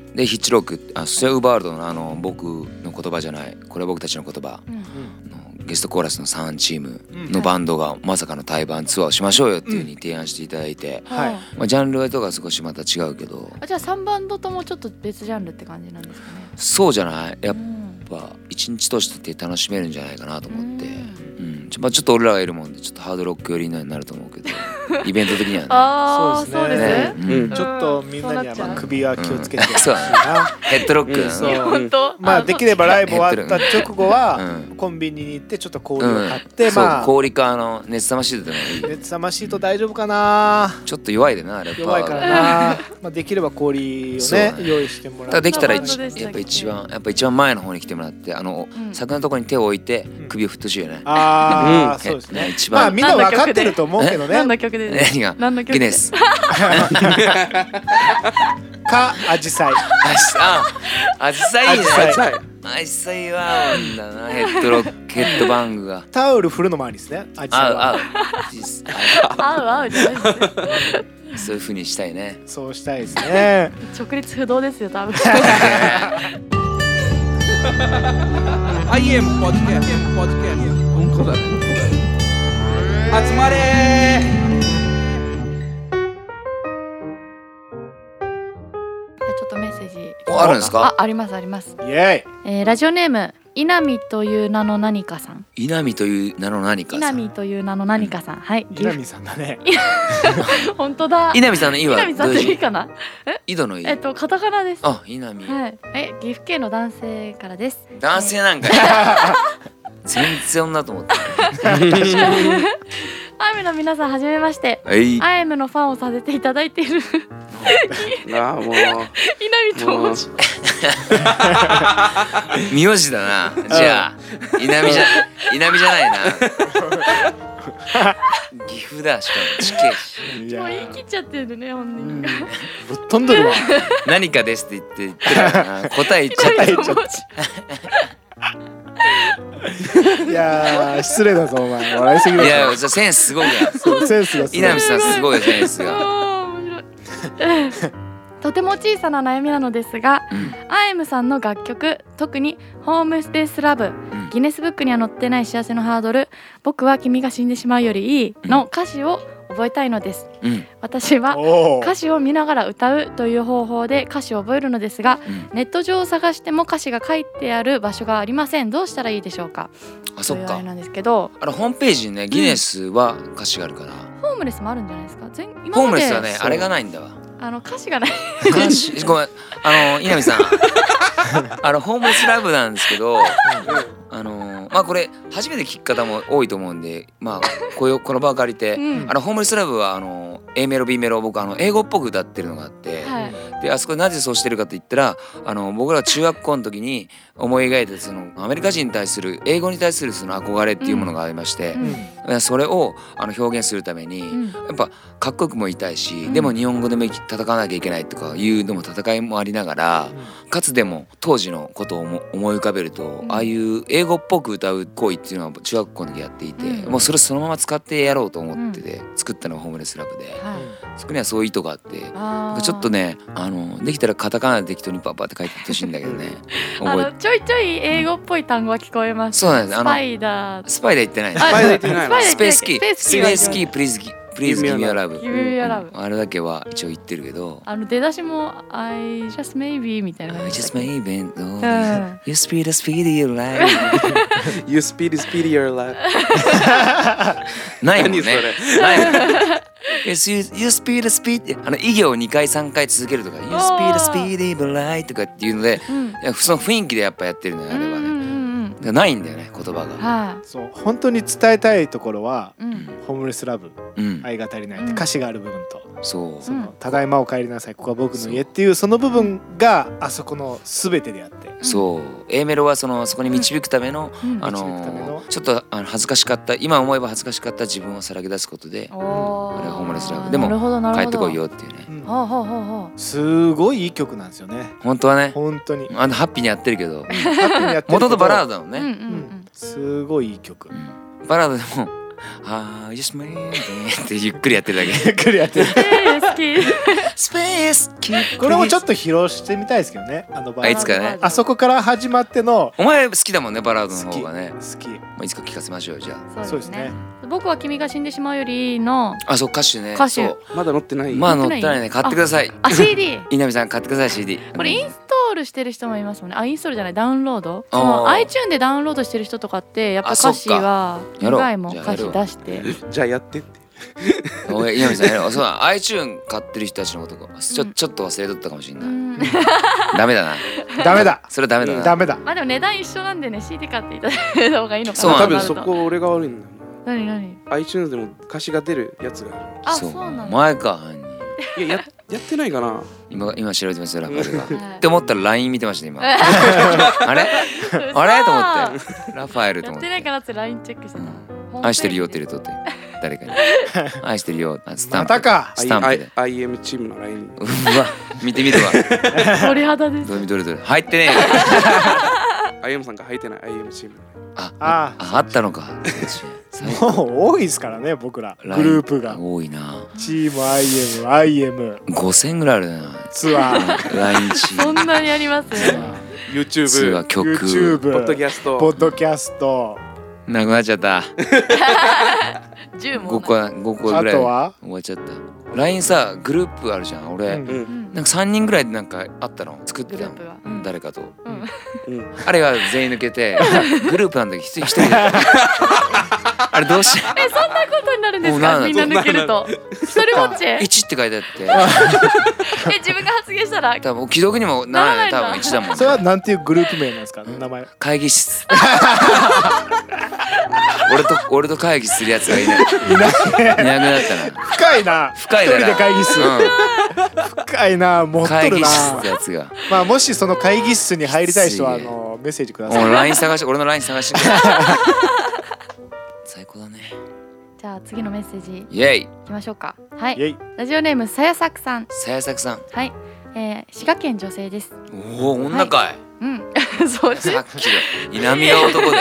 Speaker 3: うん
Speaker 2: でヒッチロックあスチュアウバールドのあの僕の言葉じゃないこれは僕たちの言葉
Speaker 4: うん
Speaker 2: あのゲストコーラスの3チーム
Speaker 3: う
Speaker 2: の
Speaker 3: ん
Speaker 2: バンドがまさかの対バンツアーをしましょうよっていうふうに提案していただいて、
Speaker 3: はい
Speaker 2: まあ、ジャンルとかは少しまた違うけど
Speaker 4: あじゃあ三バンドともちょっと別ジャンルって感じなんですかね
Speaker 2: そうじゃないやっ
Speaker 4: うん
Speaker 2: ぱ一日通してって楽しめるんじゃないかなと思って、
Speaker 4: うん
Speaker 2: うんちょまあ、ちょっと俺らがいるもんでちょっとハードロック寄りになると思う けどイベント的には
Speaker 4: ああ
Speaker 3: そ
Speaker 4: そうう
Speaker 3: で
Speaker 4: です
Speaker 2: ね
Speaker 4: すね
Speaker 2: ね、うん
Speaker 3: ちょっとみんなには
Speaker 4: そうなっちゃ
Speaker 3: まあ
Speaker 4: う
Speaker 3: 首は気をつけて
Speaker 2: うんそう
Speaker 3: な
Speaker 2: ヘッドロック
Speaker 1: うん
Speaker 2: な
Speaker 3: そう
Speaker 2: の、
Speaker 4: 本当
Speaker 3: まあできればライブ終わった直後
Speaker 2: う
Speaker 3: は
Speaker 2: ん
Speaker 3: コンビニに行ってちょっと氷
Speaker 2: う
Speaker 3: を
Speaker 2: ん
Speaker 3: 買って
Speaker 2: そう
Speaker 3: まあ
Speaker 2: 氷かあの熱さまシートでもいい
Speaker 3: 熱さまシート大丈夫かな
Speaker 2: ちょっと弱いでなあれ
Speaker 3: 弱いからなまあできれば氷を
Speaker 2: そうだ
Speaker 3: ね
Speaker 2: ね
Speaker 3: 用意しても
Speaker 2: た
Speaker 3: ら
Speaker 2: だ
Speaker 3: っ
Speaker 2: できたら
Speaker 4: そんなバンドでし
Speaker 2: 一
Speaker 4: たっけ
Speaker 2: やっぱ一番やっぱ一番前の方に来てもらってあの、
Speaker 4: うん
Speaker 2: 柵のところに手を置いて
Speaker 3: ん
Speaker 2: 首を振ってほしいよね。
Speaker 3: ああ
Speaker 1: うん
Speaker 3: そうです
Speaker 2: ね
Speaker 3: ね
Speaker 2: 一
Speaker 3: まあ
Speaker 2: 番、
Speaker 3: みんな分かってると思うけど
Speaker 4: 何
Speaker 3: ね
Speaker 4: の曲で
Speaker 2: 何が
Speaker 4: 何の曲
Speaker 2: ギ
Speaker 4: で
Speaker 2: ネス。
Speaker 3: かアジサイ
Speaker 2: あじさあじさいいね。
Speaker 3: 紫陽
Speaker 1: はい
Speaker 2: あじさいはなんだなヘッドロックヘッドバングが。
Speaker 3: タオル振るのもありですねアジサ
Speaker 2: 合
Speaker 3: イ
Speaker 2: う合
Speaker 3: は
Speaker 2: う実あ
Speaker 4: 合う合うじゃないですね
Speaker 2: そういう風にしたいね。
Speaker 3: そうしたいですね
Speaker 4: 直立不動ですよ 多分
Speaker 5: I am podcast. I am podcast. 本当だ。集まれー。
Speaker 4: ちょっとメッセージ
Speaker 2: おあるんです
Speaker 4: あ
Speaker 2: か。
Speaker 4: ありますあります、
Speaker 3: イエ
Speaker 4: えーラジオネーム稲見という名の何かさん
Speaker 2: 稲見という名の何かさ
Speaker 4: 稲見という名の何かさんはい
Speaker 3: イ
Speaker 4: 岐
Speaker 3: 稲
Speaker 4: 阜
Speaker 3: 見さんだね
Speaker 4: 本当だ
Speaker 2: 稲見さんのいは
Speaker 4: 稲見さ
Speaker 2: ど
Speaker 4: んっ
Speaker 2: ういう
Speaker 4: ていい
Speaker 2: 字
Speaker 4: かな
Speaker 2: 井戸のい
Speaker 4: えっとカタカナです
Speaker 2: あ稲見
Speaker 4: はい、え岐阜県の男性からです
Speaker 2: 男性なん かや全然女と思って
Speaker 4: アイムの皆さんはじめまして
Speaker 2: はい
Speaker 4: アイムのファンをさせていただいて いる稲
Speaker 1: ああもう
Speaker 4: 見と申し
Speaker 2: 名字だなじゃあ稲見じゃ稲見じゃないな岐阜だしかも地形
Speaker 3: い
Speaker 4: も
Speaker 3: や
Speaker 4: う言い切っちゃってるね本
Speaker 3: うん
Speaker 4: 人
Speaker 3: ぶ
Speaker 4: が
Speaker 3: っ飛んどるわ
Speaker 2: 何かですって言って言ってたからな答え言っちゃっ
Speaker 3: 答
Speaker 2: た
Speaker 3: え言っちゃったいやー失礼だぞお前笑いすぎ
Speaker 2: い
Speaker 3: だ
Speaker 2: や
Speaker 3: ぞ
Speaker 2: じゃあセンスすごいな
Speaker 3: そうセンスがすごい
Speaker 2: 稲見さんすごいセン スが
Speaker 4: あー面白いとても小さな悩みなのですが、
Speaker 2: うん
Speaker 4: アイムさんの楽曲特に「ホームステイスラブ」
Speaker 2: ん
Speaker 4: ギネスブックには載ってない幸せのハードル「僕は君が死んでしまうよりいい」の歌詞を覚えたいのです
Speaker 2: うん
Speaker 4: 私は
Speaker 3: おー
Speaker 4: 歌詞を見ながら歌うという方法で歌詞を覚えるのですが
Speaker 2: うん
Speaker 4: ネット上を探しても歌詞が書いてある場所がありませんどうしたらいいでしょうか
Speaker 2: あ
Speaker 4: と
Speaker 2: そ
Speaker 4: い
Speaker 2: っ
Speaker 4: うあ
Speaker 2: か
Speaker 4: れなんですけど
Speaker 2: あれホームページにねギネスは歌詞があるから
Speaker 4: ホームレスもあるんじゃないですか全今まで
Speaker 2: ホームレスはね
Speaker 3: そう
Speaker 2: あれがないん だわ
Speaker 4: あの歌詞がない
Speaker 2: 歌詞 ごめんあの稲見さん あのホームレスラブなんですけどあのまあこれ初めて聞く方も多いと思うんでまあこういうこの場を借りて
Speaker 4: うん
Speaker 2: あのホームレスラブはあの A メロ B メロ僕あの英語っぽく歌ってるのがあって、
Speaker 4: はい
Speaker 2: であそこでなぜそうしてるかって言ったらあの僕らが中学校の時に思い描いたそのアメリカ人に対する英語に対するその憧れっていうものがありまして、それをあの表現するために、
Speaker 4: うん
Speaker 2: やっぱかっこよくもいたいし、
Speaker 4: うん
Speaker 2: でも日本語でも戦わなきゃいけないとかいうのも戦いもありながらかつでも当時のことを思思い浮かべると、
Speaker 4: うん
Speaker 2: ああいう英語っぽく歌う行為っていうのは中学校の時やっていて、
Speaker 4: うん
Speaker 2: もうそれそのまま使ってやろうと思ってて、作ったのがホームレスラブで、
Speaker 4: はい
Speaker 2: そこにはそういう意図があって。
Speaker 4: あー
Speaker 2: ちょっとね、あのできたらカタカナで適当にパッパって書いてほしいんだけどね。
Speaker 4: あ
Speaker 2: 覚え
Speaker 4: のちょいちょい英語っぽい単語は聞こえます
Speaker 2: そうなんです。
Speaker 4: ス
Speaker 2: あ
Speaker 4: パ
Speaker 2: の
Speaker 4: イダー
Speaker 2: スパイダー言ってない
Speaker 4: あ
Speaker 2: な。
Speaker 1: パイダー言ってないの
Speaker 4: パイダ
Speaker 2: スペースキ
Speaker 4: スペ
Speaker 2: ー、
Speaker 4: ースキ
Speaker 2: ス
Speaker 4: ー
Speaker 2: ペ
Speaker 4: は
Speaker 2: ースキー、プリーズギ、プリーズギ
Speaker 1: Give
Speaker 2: ミ
Speaker 1: me
Speaker 2: ア
Speaker 1: your
Speaker 2: ラブ。
Speaker 4: Give me your love
Speaker 2: うんあれだけは一応言ってるけど。
Speaker 4: あの出だしも「I just maybe」みたいな
Speaker 2: I
Speaker 4: 感じ
Speaker 2: just
Speaker 4: でし
Speaker 2: may even
Speaker 4: ん
Speaker 2: know you speed the speed of your life。
Speaker 1: You speed speed your life 何それ
Speaker 2: ないもんね。 ないもんね。Yes, you, you speed the speed あの異行を2回3回続けるとか You speed the speed of your life とかっていうので
Speaker 4: たうん
Speaker 2: いやその雰囲気でやっぱやってるのよあれは
Speaker 4: うんうん
Speaker 2: ね。
Speaker 4: うんうん
Speaker 2: だからないんだよね言葉が。
Speaker 4: は
Speaker 3: そう本当に伝えたいところはい
Speaker 4: うん
Speaker 3: ホームレスラブ
Speaker 2: うん、
Speaker 3: 愛が足りないっ
Speaker 4: う
Speaker 3: て
Speaker 4: ん
Speaker 3: 歌詞がある部分と、
Speaker 2: そう。
Speaker 3: そうの
Speaker 4: ん
Speaker 3: ただいまお帰りなさいここは僕の家っていうその部分があそこの全てであって
Speaker 2: そう A メロはそのそこに導くための、
Speaker 4: うん
Speaker 2: あ
Speaker 3: 導くため
Speaker 2: の
Speaker 3: の
Speaker 2: ちょっとあの恥ずかしかった今思えば恥ずかしかった自分をさらけ出すことで
Speaker 4: おー
Speaker 2: 俺はホームレスラブでも
Speaker 4: なるほどなるほ
Speaker 2: 帰
Speaker 4: ど
Speaker 2: ってこいよっていうね
Speaker 3: うん
Speaker 4: ほうほうほうほ
Speaker 3: すごいいい曲なんですよね
Speaker 2: 本当はね
Speaker 3: 本当に
Speaker 2: あのハッピーにやってるけど
Speaker 3: 元
Speaker 2: 元とバラー
Speaker 3: ド
Speaker 2: ドだもん
Speaker 4: ううんう
Speaker 2: ね、
Speaker 4: ん
Speaker 3: うんすごいいい曲
Speaker 2: うんバラードでも「はーいスペース」ってゆっくりやってるだけ
Speaker 3: ゆっくりやってる
Speaker 4: うん好
Speaker 2: スペースキー
Speaker 3: これもちょっ
Speaker 2: と
Speaker 3: と披露してみたいですけどねあのバ
Speaker 2: あ
Speaker 3: ラー
Speaker 2: い
Speaker 3: ド
Speaker 2: つか ね
Speaker 3: あそこから始まっての
Speaker 2: お前好きだもんねバラードの
Speaker 3: 好
Speaker 2: 方
Speaker 3: き
Speaker 2: がね、
Speaker 3: 好
Speaker 2: まあ、いつか聞かせましょうよじゃ
Speaker 4: き
Speaker 3: きそうですね
Speaker 4: 僕は君が死んでしまうよりの
Speaker 2: ああそう歌手ね
Speaker 4: 歌手
Speaker 2: そう
Speaker 1: まだ乗ってない
Speaker 2: まあ
Speaker 4: 乗
Speaker 2: 乗
Speaker 4: っ
Speaker 2: って
Speaker 4: ない
Speaker 2: てないね買ってください
Speaker 4: あ CD
Speaker 2: 稲見さん買ってください CD
Speaker 4: これインストールしてる人もいますもんねあインストールじゃないダウンロード
Speaker 2: あ
Speaker 4: そ
Speaker 2: ー
Speaker 4: の iTune でダウンロードしてる人とかってやっぱ歌詞は
Speaker 2: っかやろう
Speaker 4: 以外も
Speaker 2: じゃあや
Speaker 4: 歌
Speaker 2: ろ
Speaker 4: 詞
Speaker 2: う
Speaker 4: 出して
Speaker 1: じゃあやってって
Speaker 2: おい稲見さんやろう そうだ iTune 買ってる人たちのことかちょ
Speaker 4: うん
Speaker 2: ちょっと忘れとったかもしれ
Speaker 4: う
Speaker 2: ない、
Speaker 4: ん
Speaker 2: ダメだな
Speaker 3: きダメだ
Speaker 2: そ れはダメだな、
Speaker 3: ダメだ
Speaker 4: まあでも値段一緒なんでね CD 買っていただいた方がいいのかな
Speaker 2: そう
Speaker 1: 多
Speaker 2: なん
Speaker 1: 分
Speaker 2: だ
Speaker 1: そこ俺が悪いんだよ
Speaker 4: 何何
Speaker 1: iTunes でも歌詞が出るやつがあ
Speaker 4: あそうなんだ
Speaker 2: 前か犯人
Speaker 1: るいやややってないかな
Speaker 2: 今今調べてますよラッパルがっ
Speaker 4: はい
Speaker 2: て思ったら LINE 見てました 今あれ
Speaker 4: 嘘
Speaker 2: あれと思ってラファエルと
Speaker 4: や
Speaker 2: 思って
Speaker 4: っ
Speaker 2: て
Speaker 4: ないかなって LINE チェックして
Speaker 2: うん
Speaker 4: た
Speaker 2: 愛してるよって入れとって誰 かに愛してるよあスタン
Speaker 3: ま
Speaker 2: プ
Speaker 3: たか
Speaker 2: スタンプで
Speaker 1: I- I- IM チームの LINE
Speaker 2: うわ見てみるわ
Speaker 4: 鳥肌です
Speaker 2: どれどれどれ入ってねえよ
Speaker 1: IM さんが入ってない IM チームの LINE
Speaker 2: あ
Speaker 3: あ
Speaker 2: ああったのか最後
Speaker 3: もう多いですからね僕ら グループが
Speaker 2: LINE 多いな
Speaker 3: チーム IMIM
Speaker 2: 5000ぐらいあるな
Speaker 3: ツアー
Speaker 2: LINE チ
Speaker 4: そ
Speaker 2: ー
Speaker 4: ん
Speaker 2: ム
Speaker 4: なにあります
Speaker 2: ツ
Speaker 1: YouTube
Speaker 2: アー 曲
Speaker 3: YouTube
Speaker 1: ポッドキャス
Speaker 3: ポ
Speaker 1: ト
Speaker 3: ッドキャスト
Speaker 2: なくなっちゃった
Speaker 4: 10
Speaker 2: 5
Speaker 4: 問
Speaker 2: 個5個
Speaker 3: あ
Speaker 2: ぐらい
Speaker 3: とは
Speaker 2: 終わっちゃった LINE さグループあるじゃん俺、
Speaker 3: うん
Speaker 1: うん
Speaker 4: うん
Speaker 2: なんか3人ぐらいでなんかあったの作ってたの
Speaker 4: グループは
Speaker 2: うん誰かと
Speaker 4: うん
Speaker 1: うん
Speaker 2: あれは全員抜け てグループなんだけど一人一人だったあれどうしよ
Speaker 4: えそんなことになるんです
Speaker 2: もうな
Speaker 4: か
Speaker 2: んだ
Speaker 4: みんな抜けると一人ぼっち
Speaker 2: う
Speaker 4: え
Speaker 2: 1って書いてあっ
Speaker 4: 自分が発言したら
Speaker 2: て多分既読にもならない
Speaker 4: な
Speaker 2: 多
Speaker 4: らない
Speaker 2: 分
Speaker 4: んだ
Speaker 2: 1だもん
Speaker 3: それはなんていうグループ名なんですか名前
Speaker 2: 会議室 俺と俺と会議するやつがいないいなくなったな
Speaker 3: 深いな
Speaker 2: 深いな
Speaker 3: 一人で会議室
Speaker 2: う
Speaker 3: 深いな持
Speaker 2: ん、
Speaker 3: っと
Speaker 2: 会
Speaker 3: る
Speaker 2: 議
Speaker 3: な
Speaker 2: 室ってやつが
Speaker 3: まあもしその会議室に入りたい人はあ
Speaker 2: きついね
Speaker 3: のメッセージくだ
Speaker 2: も
Speaker 3: さ
Speaker 2: う
Speaker 3: い
Speaker 2: LINE 探して俺の LINE 探して最高だね
Speaker 4: じじゃあ次のメッセージ
Speaker 2: イエイ
Speaker 4: いきましょうかは
Speaker 3: イ
Speaker 4: い
Speaker 3: エイ
Speaker 4: ラジオネームさやさくさん
Speaker 2: さやさくさん
Speaker 4: はい、えー、滋賀県女性です
Speaker 2: おお女かい、
Speaker 4: うん そっち
Speaker 2: さっきの南が男で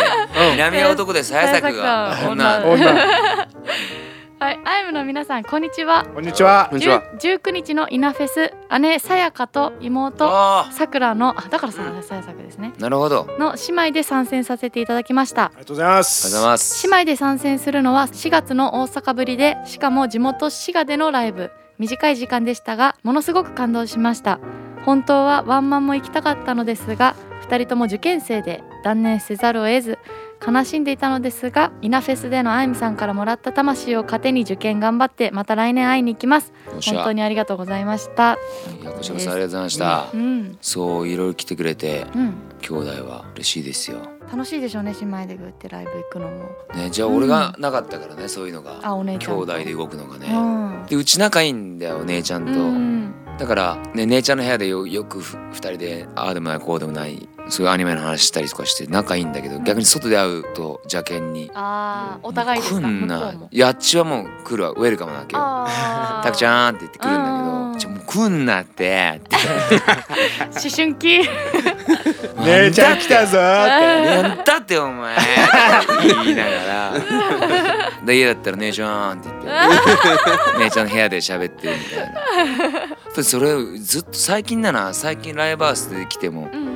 Speaker 2: 南が男でさやさくが
Speaker 4: さやさくが
Speaker 2: 女
Speaker 4: 女
Speaker 3: 女
Speaker 4: はいアイムの皆さんこんにちは
Speaker 3: こんにちは
Speaker 1: こんにちは
Speaker 4: 19日のイナフェス姉さやかと妹
Speaker 2: あ
Speaker 4: さくらのあだからささやさくですね
Speaker 2: あなるほどありがとう
Speaker 4: の姉妹で参戦させていただきました
Speaker 3: ありがとうございます
Speaker 2: ございます
Speaker 4: 姉妹で参戦するのは4月の大阪ぶりでしかも地元滋賀でのライブ短い時間でしたがものすごく感動しました本当はワンマンも行きたかったのですが2人とも受験生で断念せざるを得ず悲しんでいたのですがイナフェスでのあゆみさんからもらった魂を糧に受験頑張ってまた来年会いに行きます
Speaker 2: よっしゃ
Speaker 4: 本当にありがとうございました
Speaker 2: いやこちらこそありがとうございました、
Speaker 4: うん
Speaker 2: そういろいろ来てくれて
Speaker 4: うん
Speaker 2: 兄弟は嬉しいですよ
Speaker 4: 楽しいでしょうね姉妹でグってライブ行くのも
Speaker 2: ねじゃあ俺がなかったからね、そういうのが
Speaker 4: あお姉ち
Speaker 2: 兄
Speaker 4: ゃんと
Speaker 2: 弟で動くのがね、
Speaker 4: うん
Speaker 2: でうち仲いいんだよお姉ちゃんと、
Speaker 4: うん
Speaker 2: だから、ね、姉ちゃんの部屋でよよくふ二人でああでもないこうでもないそういうアニメの話したりとかして仲いいんだけど、逆に外で会うと邪険に
Speaker 4: あーお互いですか
Speaker 2: 来ん
Speaker 4: 向こ
Speaker 2: な
Speaker 4: うも
Speaker 2: いやあっちはもう来るわウェルカムなわけよ「
Speaker 4: あー
Speaker 2: たくちゃん」って言って来るん
Speaker 4: う
Speaker 2: だ
Speaker 4: ん
Speaker 2: けど「ちょもう来んな って」って
Speaker 4: 思春期
Speaker 2: 「
Speaker 3: 姉ちゃん来たぞーって
Speaker 2: なんだってお 前」って言いながらで家だったら「姉ちゃん」って言っ て姉ちゃんの部屋で喋ってるみたいな。でそれずっと最近だな最近ライブハウスで来ても
Speaker 4: うん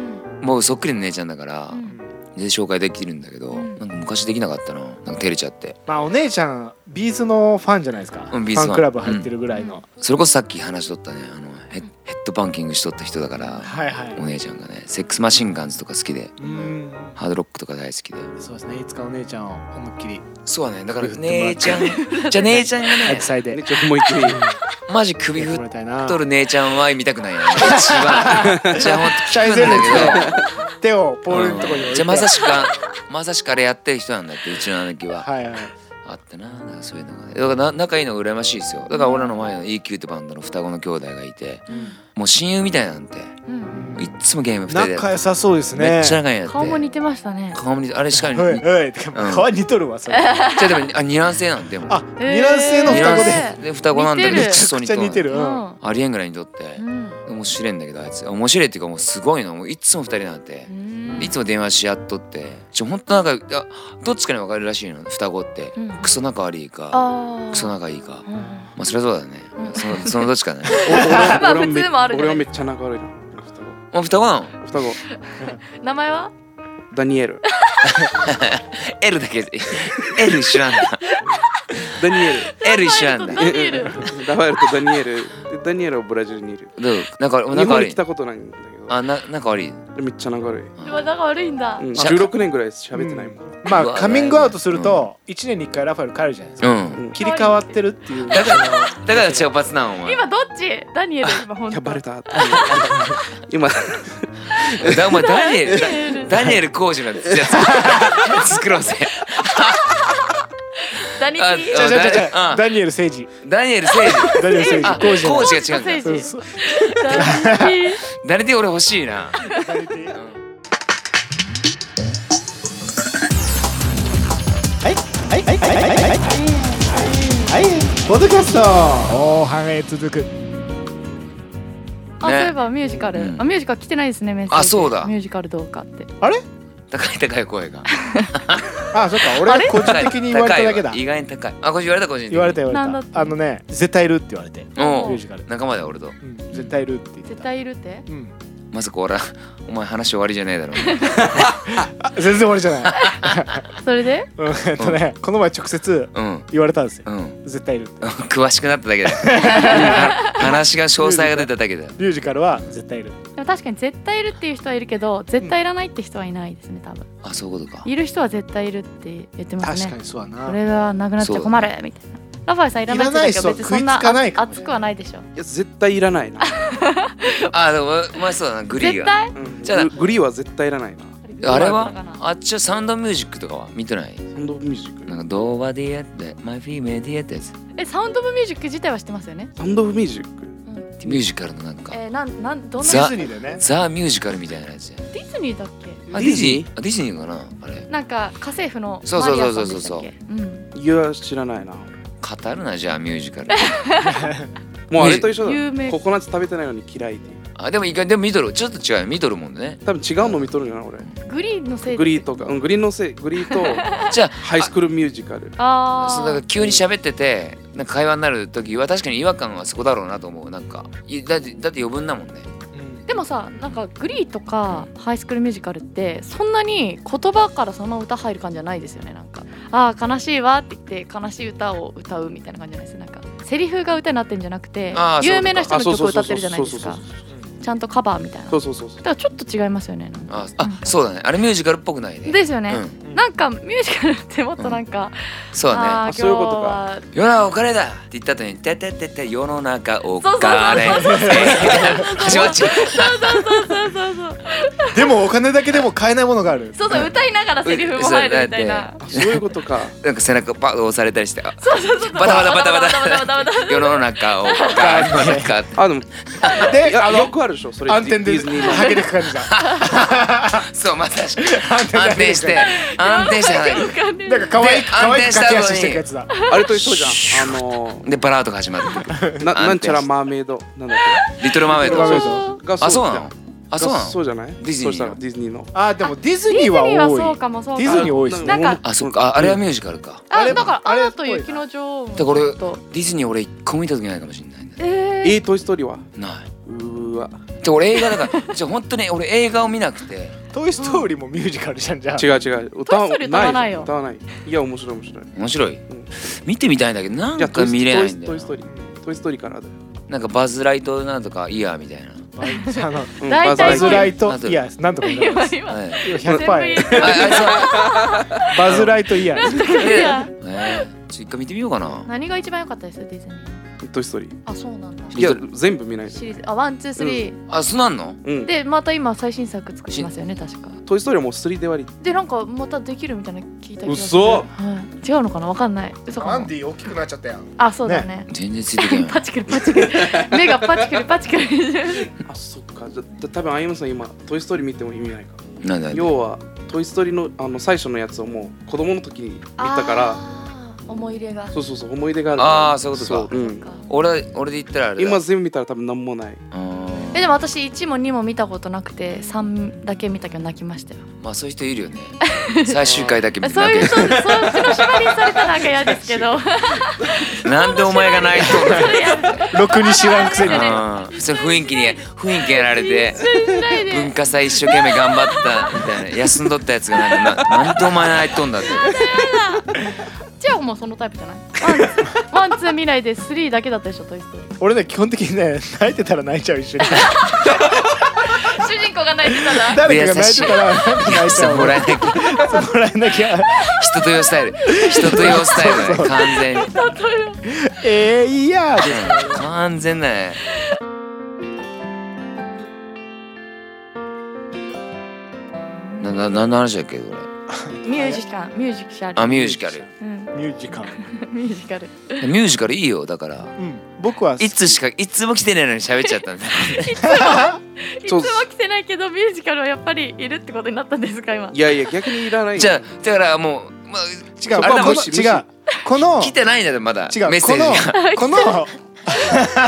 Speaker 4: うん
Speaker 2: もうそっくりの姉ちゃんだから、
Speaker 4: うん
Speaker 2: で紹介できるんだけど、
Speaker 4: うん
Speaker 2: なんか昔できなかったななんか照れちゃって
Speaker 3: まあお姉ちゃんビーズのファンじゃないですか、
Speaker 2: うん
Speaker 3: フ
Speaker 2: ビーズファン
Speaker 3: ァンクラブ入ってるぐらい
Speaker 4: う
Speaker 3: の、
Speaker 4: ん
Speaker 2: それこそさっき話しとったねあのヘッヘッドバンキングしとった人だから、
Speaker 3: はいはい
Speaker 2: お姉ちゃんがねセックスマシンガンズとか好きで
Speaker 3: うん
Speaker 2: ハードロックとか大好きで
Speaker 3: そうですねいつかお姉ちゃんを思いっきり
Speaker 2: そうだねだから
Speaker 3: グッと
Speaker 2: 姉ちゃん じゃあ姉ちゃんが
Speaker 3: 体
Speaker 2: ね
Speaker 3: 育祭で
Speaker 1: ねちょもう 一回
Speaker 2: マジ首
Speaker 3: やっ
Speaker 2: 振
Speaker 3: て
Speaker 2: っ
Speaker 3: もらいたいな
Speaker 2: とる姉ちゃんは見たくないよね一 番じゃあほんと聞くんだ
Speaker 3: 手をポールのとこ
Speaker 2: けど、う
Speaker 3: に置い
Speaker 2: ん、
Speaker 3: て
Speaker 2: じゃあまさしかまさしくあれやってる人なんだってうちの姉貴は、
Speaker 3: はいはい
Speaker 2: あったななんかそういうのがねだからな仲いいのが羨ましいですよだから俺らの前の EQ ってバンドの双子の兄弟がいてもう親友みたいなんて
Speaker 4: うん
Speaker 2: いっつもゲーム二人で
Speaker 3: 仲良さそうですね
Speaker 2: めっちゃ仲いいんやって
Speaker 4: 顔も似てましたね
Speaker 2: 顔も似てあれしかも
Speaker 3: はい
Speaker 2: 似て
Speaker 3: はいてか
Speaker 2: うん
Speaker 3: 顔似とるわそれ
Speaker 2: じゃあでもあ二卵性なんでも
Speaker 3: あ
Speaker 4: えー
Speaker 3: 二卵性の
Speaker 2: 二
Speaker 3: 双
Speaker 2: 卵
Speaker 3: 子で
Speaker 2: 性で双子なんだけど
Speaker 4: 似て
Speaker 2: め
Speaker 4: る
Speaker 2: っちゃそう
Speaker 3: め
Speaker 2: 似
Speaker 3: っちゃ
Speaker 2: とる
Speaker 3: 似てる、
Speaker 4: う
Speaker 3: うん、
Speaker 4: ん
Speaker 2: ありえんぐらい似とって
Speaker 4: うん
Speaker 2: 面白いんだけどあいつ面白いっていうかもうすごいのもういっつも二人なんて
Speaker 4: うん
Speaker 2: いつも電話し合っとってちょほんとなんかあどっちかに分かれるらしいの双子って
Speaker 4: うん
Speaker 2: クソ仲悪いか
Speaker 4: あー
Speaker 2: クソ仲いいか
Speaker 4: うんうん
Speaker 2: まあそりゃそうだよね
Speaker 4: うん
Speaker 2: その そのどっちかだね
Speaker 4: まあ
Speaker 1: 俺俺はめ
Speaker 4: 普通でもあるじゃ
Speaker 1: 俺
Speaker 4: な
Speaker 1: はいめっちゃ仲悪いな双
Speaker 2: もう双子なの
Speaker 1: 子双子
Speaker 4: 名前は
Speaker 1: ダニエル
Speaker 2: L だけ L 一緒なんだ
Speaker 1: ダニエル
Speaker 2: L 一緒なんだ
Speaker 4: ダニ エル
Speaker 1: ダニエルとダニエルでダニエルはブラジルにいる
Speaker 2: どうなんか
Speaker 1: 日
Speaker 2: 仲
Speaker 1: 本
Speaker 2: 悪
Speaker 1: に
Speaker 2: い
Speaker 1: 来たことないんだけ
Speaker 2: あな仲悪い
Speaker 1: どめっちゃ仲悪い、
Speaker 4: でも仲悪いんだ
Speaker 1: うん、
Speaker 2: しゃ
Speaker 1: 16年ぐらい喋ってないもん、
Speaker 3: ま
Speaker 2: う
Speaker 3: あ
Speaker 2: わ
Speaker 3: カミングアウトすると1年に1回ラファエル帰るじゃないです
Speaker 2: う
Speaker 3: か、
Speaker 2: ん
Speaker 1: うん
Speaker 3: 切り替わってるっていう
Speaker 2: だから だからチョコパスなのお前
Speaker 4: 今どっちダニエル今本
Speaker 1: キ
Speaker 4: 当
Speaker 1: ャバレたっていう 今
Speaker 2: だお前ダニエ ル
Speaker 4: ダニエル
Speaker 2: ダニエル工事なんですじゃあ 作ろうぜ
Speaker 4: ダニキ
Speaker 2: あ
Speaker 4: ー
Speaker 3: じゃじゃじゃじ
Speaker 2: う
Speaker 3: ゃ
Speaker 2: ん
Speaker 3: ダニエル誠治
Speaker 2: ダニエル誠治
Speaker 3: ダニエル
Speaker 2: あ
Speaker 3: 誠治
Speaker 2: 工
Speaker 3: 工
Speaker 2: 事
Speaker 3: 事
Speaker 2: が違うんだ
Speaker 4: 工
Speaker 3: そう
Speaker 4: 事
Speaker 3: そう
Speaker 4: ダニキー
Speaker 2: ダニで俺欲しいな
Speaker 3: はいはいはいはいはいはいはいポッドキャスト後半へ続く
Speaker 2: ね
Speaker 4: あそういえばミュージカル
Speaker 2: うん
Speaker 4: あミュージカル来てないですねメッセージ
Speaker 2: あそうだ
Speaker 4: ミュージカルどうかって
Speaker 2: 高い高い声が
Speaker 3: あそっか俺は個人的に言われただけだ
Speaker 2: 高いわ意外に高いあこっち言われた個人的に
Speaker 3: 言われた言わ
Speaker 4: な
Speaker 3: れ
Speaker 4: ん
Speaker 3: たあのね絶対いるって言われてミ
Speaker 2: お
Speaker 3: ュー
Speaker 2: う
Speaker 3: ジカル、
Speaker 2: 仲間だよ俺と
Speaker 3: うん、絶対いるって言って
Speaker 4: 絶
Speaker 3: た
Speaker 4: 対いるって
Speaker 3: うん、
Speaker 2: まさか俺お前話終わりじゃねえだろ
Speaker 3: あ全然俺じゃない
Speaker 4: それで
Speaker 3: うんえっとねこの前直接
Speaker 2: うん
Speaker 3: 言われたんですよ
Speaker 2: うん
Speaker 3: 絶対いるって
Speaker 2: 詳しくなっただけだよ話が詳細が出ただけだよ
Speaker 3: ミュージカルは絶対いる
Speaker 4: でも確かに絶対いるっていう人はいるけど絶対いらないって人はいないですね多分
Speaker 2: あそういうことか
Speaker 4: いる人は絶対いるって言ってますね
Speaker 3: にそうだ
Speaker 4: これはなくなっちゃ困るみたいなラファエルさんいらないって言ってたけど別にそん
Speaker 3: いらない人は食い
Speaker 4: な熱
Speaker 3: つかないかもね
Speaker 4: くはないでしょ
Speaker 1: いや絶対いらないな、
Speaker 2: あでもお前そうだなグリー
Speaker 4: 絶
Speaker 2: が
Speaker 4: 対
Speaker 1: うん
Speaker 2: じゃあ
Speaker 1: ググリーは絶対いらないな
Speaker 2: あれ
Speaker 4: どうだったの
Speaker 2: は
Speaker 4: かな
Speaker 2: あっちはサウンドミュージックとかは見てない
Speaker 1: サウンドオブミュージッ
Speaker 2: な
Speaker 1: ク
Speaker 2: んかドーバディアってマイフィーメディアってやつ
Speaker 4: えサウンド・オブ・ミュージック自体は知ってますよね
Speaker 1: サウンドオブミュージック
Speaker 2: ミュージカルのなんか
Speaker 4: えー、なんなんどんな
Speaker 3: デ
Speaker 2: ザ
Speaker 3: ィズニーだよね
Speaker 2: ザ・ミュージカルみたいなやつや
Speaker 4: ディズニーだっ
Speaker 2: あ
Speaker 1: ディズニ
Speaker 2: ーあディズニーかなあれ
Speaker 4: けなんか家政婦の
Speaker 2: そうそうそうそう
Speaker 4: マリアさんでしたっけうん
Speaker 1: いや知らないな
Speaker 2: 語るなじゃあミュージ カル
Speaker 1: もうあれと一緒だ
Speaker 4: 有名
Speaker 1: ココナッツ食べてないのに嫌いっていう
Speaker 2: あでも意外でもミドルちょっと違うよミドルもんね
Speaker 1: 多分違うの見とるんじゃない俺
Speaker 4: グリーンのせいで
Speaker 1: グリーとか、うん、グリーンのせいグリ ーと
Speaker 2: じゃ
Speaker 1: ハイスクールミュージカル
Speaker 4: あ
Speaker 2: あそうだから
Speaker 4: あ
Speaker 2: 急に喋っててなんか会話になる時は確かに違和感はそこだろうなと思うなんかいだってだって余分だもんね
Speaker 4: でもさなんかグリーとかハイスクールミュージカルってそんなに言葉からそのまま歌入る感じじゃないですよねなんかああ悲しいわって言って悲しい歌を歌うみたいな感じじゃないですなんかセリフが歌になってんじゃなくて
Speaker 2: あーそういうこと
Speaker 4: 有名な人の曲を歌ってるじゃない
Speaker 1: そう
Speaker 4: で
Speaker 1: そう
Speaker 4: す
Speaker 1: そう
Speaker 4: かちゃんとカバーみたいな
Speaker 1: そう
Speaker 4: だ
Speaker 1: そうそうそう
Speaker 4: からちょっと違いますよねなんか
Speaker 2: ああそうだねあれミュージカルっぽくないね
Speaker 4: ですよね、
Speaker 2: うん
Speaker 3: うん
Speaker 4: なんかミュージカルってもっとなんか、
Speaker 2: そうだね
Speaker 4: あー
Speaker 1: あそういうことか
Speaker 4: 今
Speaker 2: 世
Speaker 4: 日は
Speaker 2: の中お金だって言った後にてててて世の中お
Speaker 4: そうそう
Speaker 2: 金 始まっちゃう
Speaker 4: そうそうそう
Speaker 3: でもお金だけでも買えないものがある
Speaker 4: そうそう歌いながらセリフも入るみたいな。
Speaker 1: あそういうことか
Speaker 2: なんか背中パッと押されたりしてあ
Speaker 4: そうそうそうそう。
Speaker 2: バタバタバタバタ
Speaker 4: バタバタバ
Speaker 2: 世の中お金世の中
Speaker 1: あでもい
Speaker 3: で
Speaker 1: や
Speaker 3: あ
Speaker 1: よ
Speaker 3: の
Speaker 1: くあるでしょそれ
Speaker 3: 暗転
Speaker 1: デ
Speaker 3: で
Speaker 1: ィズニーの
Speaker 3: ハゲてく感じだ
Speaker 2: そうまさしく
Speaker 3: 暗
Speaker 2: 安定して安定してない
Speaker 4: タ
Speaker 3: なんか可愛い
Speaker 2: で
Speaker 3: 可
Speaker 2: 暗
Speaker 3: 愛
Speaker 2: 転
Speaker 3: く
Speaker 2: した後
Speaker 3: 駆
Speaker 2: に
Speaker 3: け足してるやつだ
Speaker 1: あれと一緒じゃんあの
Speaker 2: でバラードが始まる
Speaker 1: ーななんちゃらマーメイドなんだっ
Speaker 2: リトルマーメイ
Speaker 3: リトルマーメ
Speaker 2: ド
Speaker 3: イド
Speaker 1: けが
Speaker 2: あそうな
Speaker 1: じゃん
Speaker 2: のあそうな
Speaker 1: がそう
Speaker 2: の
Speaker 1: じゃない
Speaker 2: ディズ
Speaker 1: そ
Speaker 2: ニーの
Speaker 1: うしたらディズニーの
Speaker 3: あでもディズ
Speaker 4: ディ
Speaker 3: ニ
Speaker 4: ズ
Speaker 3: ー
Speaker 4: ニ
Speaker 3: は
Speaker 4: ーはそう
Speaker 3: 多
Speaker 4: かもそう
Speaker 3: ディズ
Speaker 4: か
Speaker 3: ニ
Speaker 4: も。
Speaker 3: ー多いです
Speaker 4: なんか
Speaker 2: あそっかああれはミュージカルか
Speaker 4: あ
Speaker 3: あれ
Speaker 4: だから
Speaker 3: あ
Speaker 4: ア
Speaker 3: れ
Speaker 4: ナと雪の女王
Speaker 2: だ
Speaker 4: も。
Speaker 2: から俺
Speaker 4: ちょっと
Speaker 2: ディズニー俺一個も見た時ないかもしれないね
Speaker 4: えー
Speaker 1: えー、トイ・ストーリーは
Speaker 2: ないう
Speaker 1: ーわ
Speaker 2: で俺映画だ からじゃあ本当に俺映画を見なくて
Speaker 3: トイストーリーもミュージカルじゃんじゃあ
Speaker 1: 違う違う歌
Speaker 4: トイストーリー歌わないよ
Speaker 1: 歌わないいや面白い面白い
Speaker 2: 面白い
Speaker 1: ん
Speaker 2: 見てみたいんだけどな
Speaker 1: じゃあ
Speaker 2: ん
Speaker 1: ト
Speaker 2: か
Speaker 1: イス
Speaker 2: 見れないんだ
Speaker 1: ト
Speaker 2: よ
Speaker 1: イ・ストーリートイ・ストーリーからだよ
Speaker 2: なんかバズライトなんとかイヤーみたいな
Speaker 3: あの
Speaker 1: うん
Speaker 4: 大体
Speaker 1: バ
Speaker 3: バ
Speaker 1: ズ
Speaker 3: ズ
Speaker 1: ラ
Speaker 3: ラ
Speaker 1: イ
Speaker 3: イ
Speaker 2: バズ
Speaker 3: トイヤーなんとか言う
Speaker 4: 今今。
Speaker 2: はい
Speaker 4: 全部言え
Speaker 3: 100%
Speaker 2: ああ
Speaker 3: バズライトイヤー
Speaker 2: そう
Speaker 4: いや
Speaker 2: えーちょっと一回見てみようかな
Speaker 4: 何が一番良かったですディズニー。
Speaker 1: トイ・ストーリー
Speaker 4: あそうなんだ。
Speaker 1: いや全部見ない
Speaker 4: シリーズあワンツースリー
Speaker 2: あそうなんの
Speaker 1: うん
Speaker 4: でまた今最新作作りますよね確か。
Speaker 1: トイ・ストーリーはもう3で終わり
Speaker 4: でなんかまたできるみたいなの聞いた気がする。
Speaker 1: 嘘
Speaker 4: はい違うのかなわかんない。嘘かな。
Speaker 3: ィ大きくなっちゃったよ
Speaker 4: あそうだね。
Speaker 2: 全然ついてけな
Speaker 4: パ
Speaker 2: い
Speaker 4: チクリパチクリ目がパチクリパチクリ
Speaker 1: あそっかじゃじゃ多分あゆむさん今「トイ・ストーリー」見ても意味ないか
Speaker 2: な んだ
Speaker 1: 要は「トイ・ストーリーの」あの最初のやつをもう子供の時に見たから
Speaker 4: ら思い入れが
Speaker 1: そうそうそう思い出がある
Speaker 2: あーそういうことか
Speaker 1: そうん
Speaker 2: 俺俺で言ったらあれだ
Speaker 1: 今全部見たら多分何もない
Speaker 2: うん
Speaker 4: えでも私1も2も見たことなくて3だけ見たけど泣きましたよ
Speaker 2: まあそういう人いるよね最終回だけ見て
Speaker 4: そういう
Speaker 2: な
Speaker 4: 人そうそうちの縛りにされたらなんか嫌ですけ どそ
Speaker 2: なんでお前が泣いとんの
Speaker 4: れやだ
Speaker 3: ろくに知らんくせに
Speaker 4: そうだね
Speaker 2: うんそう雰囲気に雰囲気やられて
Speaker 4: しない
Speaker 2: 文
Speaker 4: で
Speaker 2: 化祭一生懸命頑張ったみたいな休んどったやつがなんでななんでお前泣いとんだって
Speaker 4: じゃあもうそのタイプじゃないワンツーワンツー見ないで3だけだったでしょトイストーリー
Speaker 3: 俺ね基本的にね泣いてたら泣いちゃう一緒に
Speaker 4: 主人公が泣いてたら
Speaker 3: 誰かが泣いてたら泣いち
Speaker 2: そ
Speaker 3: ゃう
Speaker 2: こら
Speaker 3: 俺
Speaker 2: 辺
Speaker 3: そこらへんだけは
Speaker 2: 人と用スタイル人と用スタイルだね完全に
Speaker 3: えーいやーで
Speaker 2: 完全だねなな何の話だっけこれ
Speaker 4: ミュージカルミュージカル
Speaker 2: あミュージカル
Speaker 4: うん
Speaker 3: ミュージカル
Speaker 4: ミュージカル
Speaker 2: ミュージカルいいよだから
Speaker 3: うん僕はい
Speaker 2: つしかいつも来てないのに喋っちゃ ったんだ
Speaker 4: いつも来てないけどミュージカルはやっぱりいるってことになったんですか今
Speaker 1: いやいや逆にいらない
Speaker 2: じゃあだからもう、まあ、
Speaker 3: 違う
Speaker 2: あれだ
Speaker 1: 無
Speaker 2: も
Speaker 3: こ
Speaker 2: ん
Speaker 3: の
Speaker 1: 視無視
Speaker 3: 違うこの
Speaker 2: 来てないんだよまだ
Speaker 3: 違う
Speaker 2: メッセー
Speaker 3: こ
Speaker 2: ジ
Speaker 3: の
Speaker 2: が
Speaker 3: この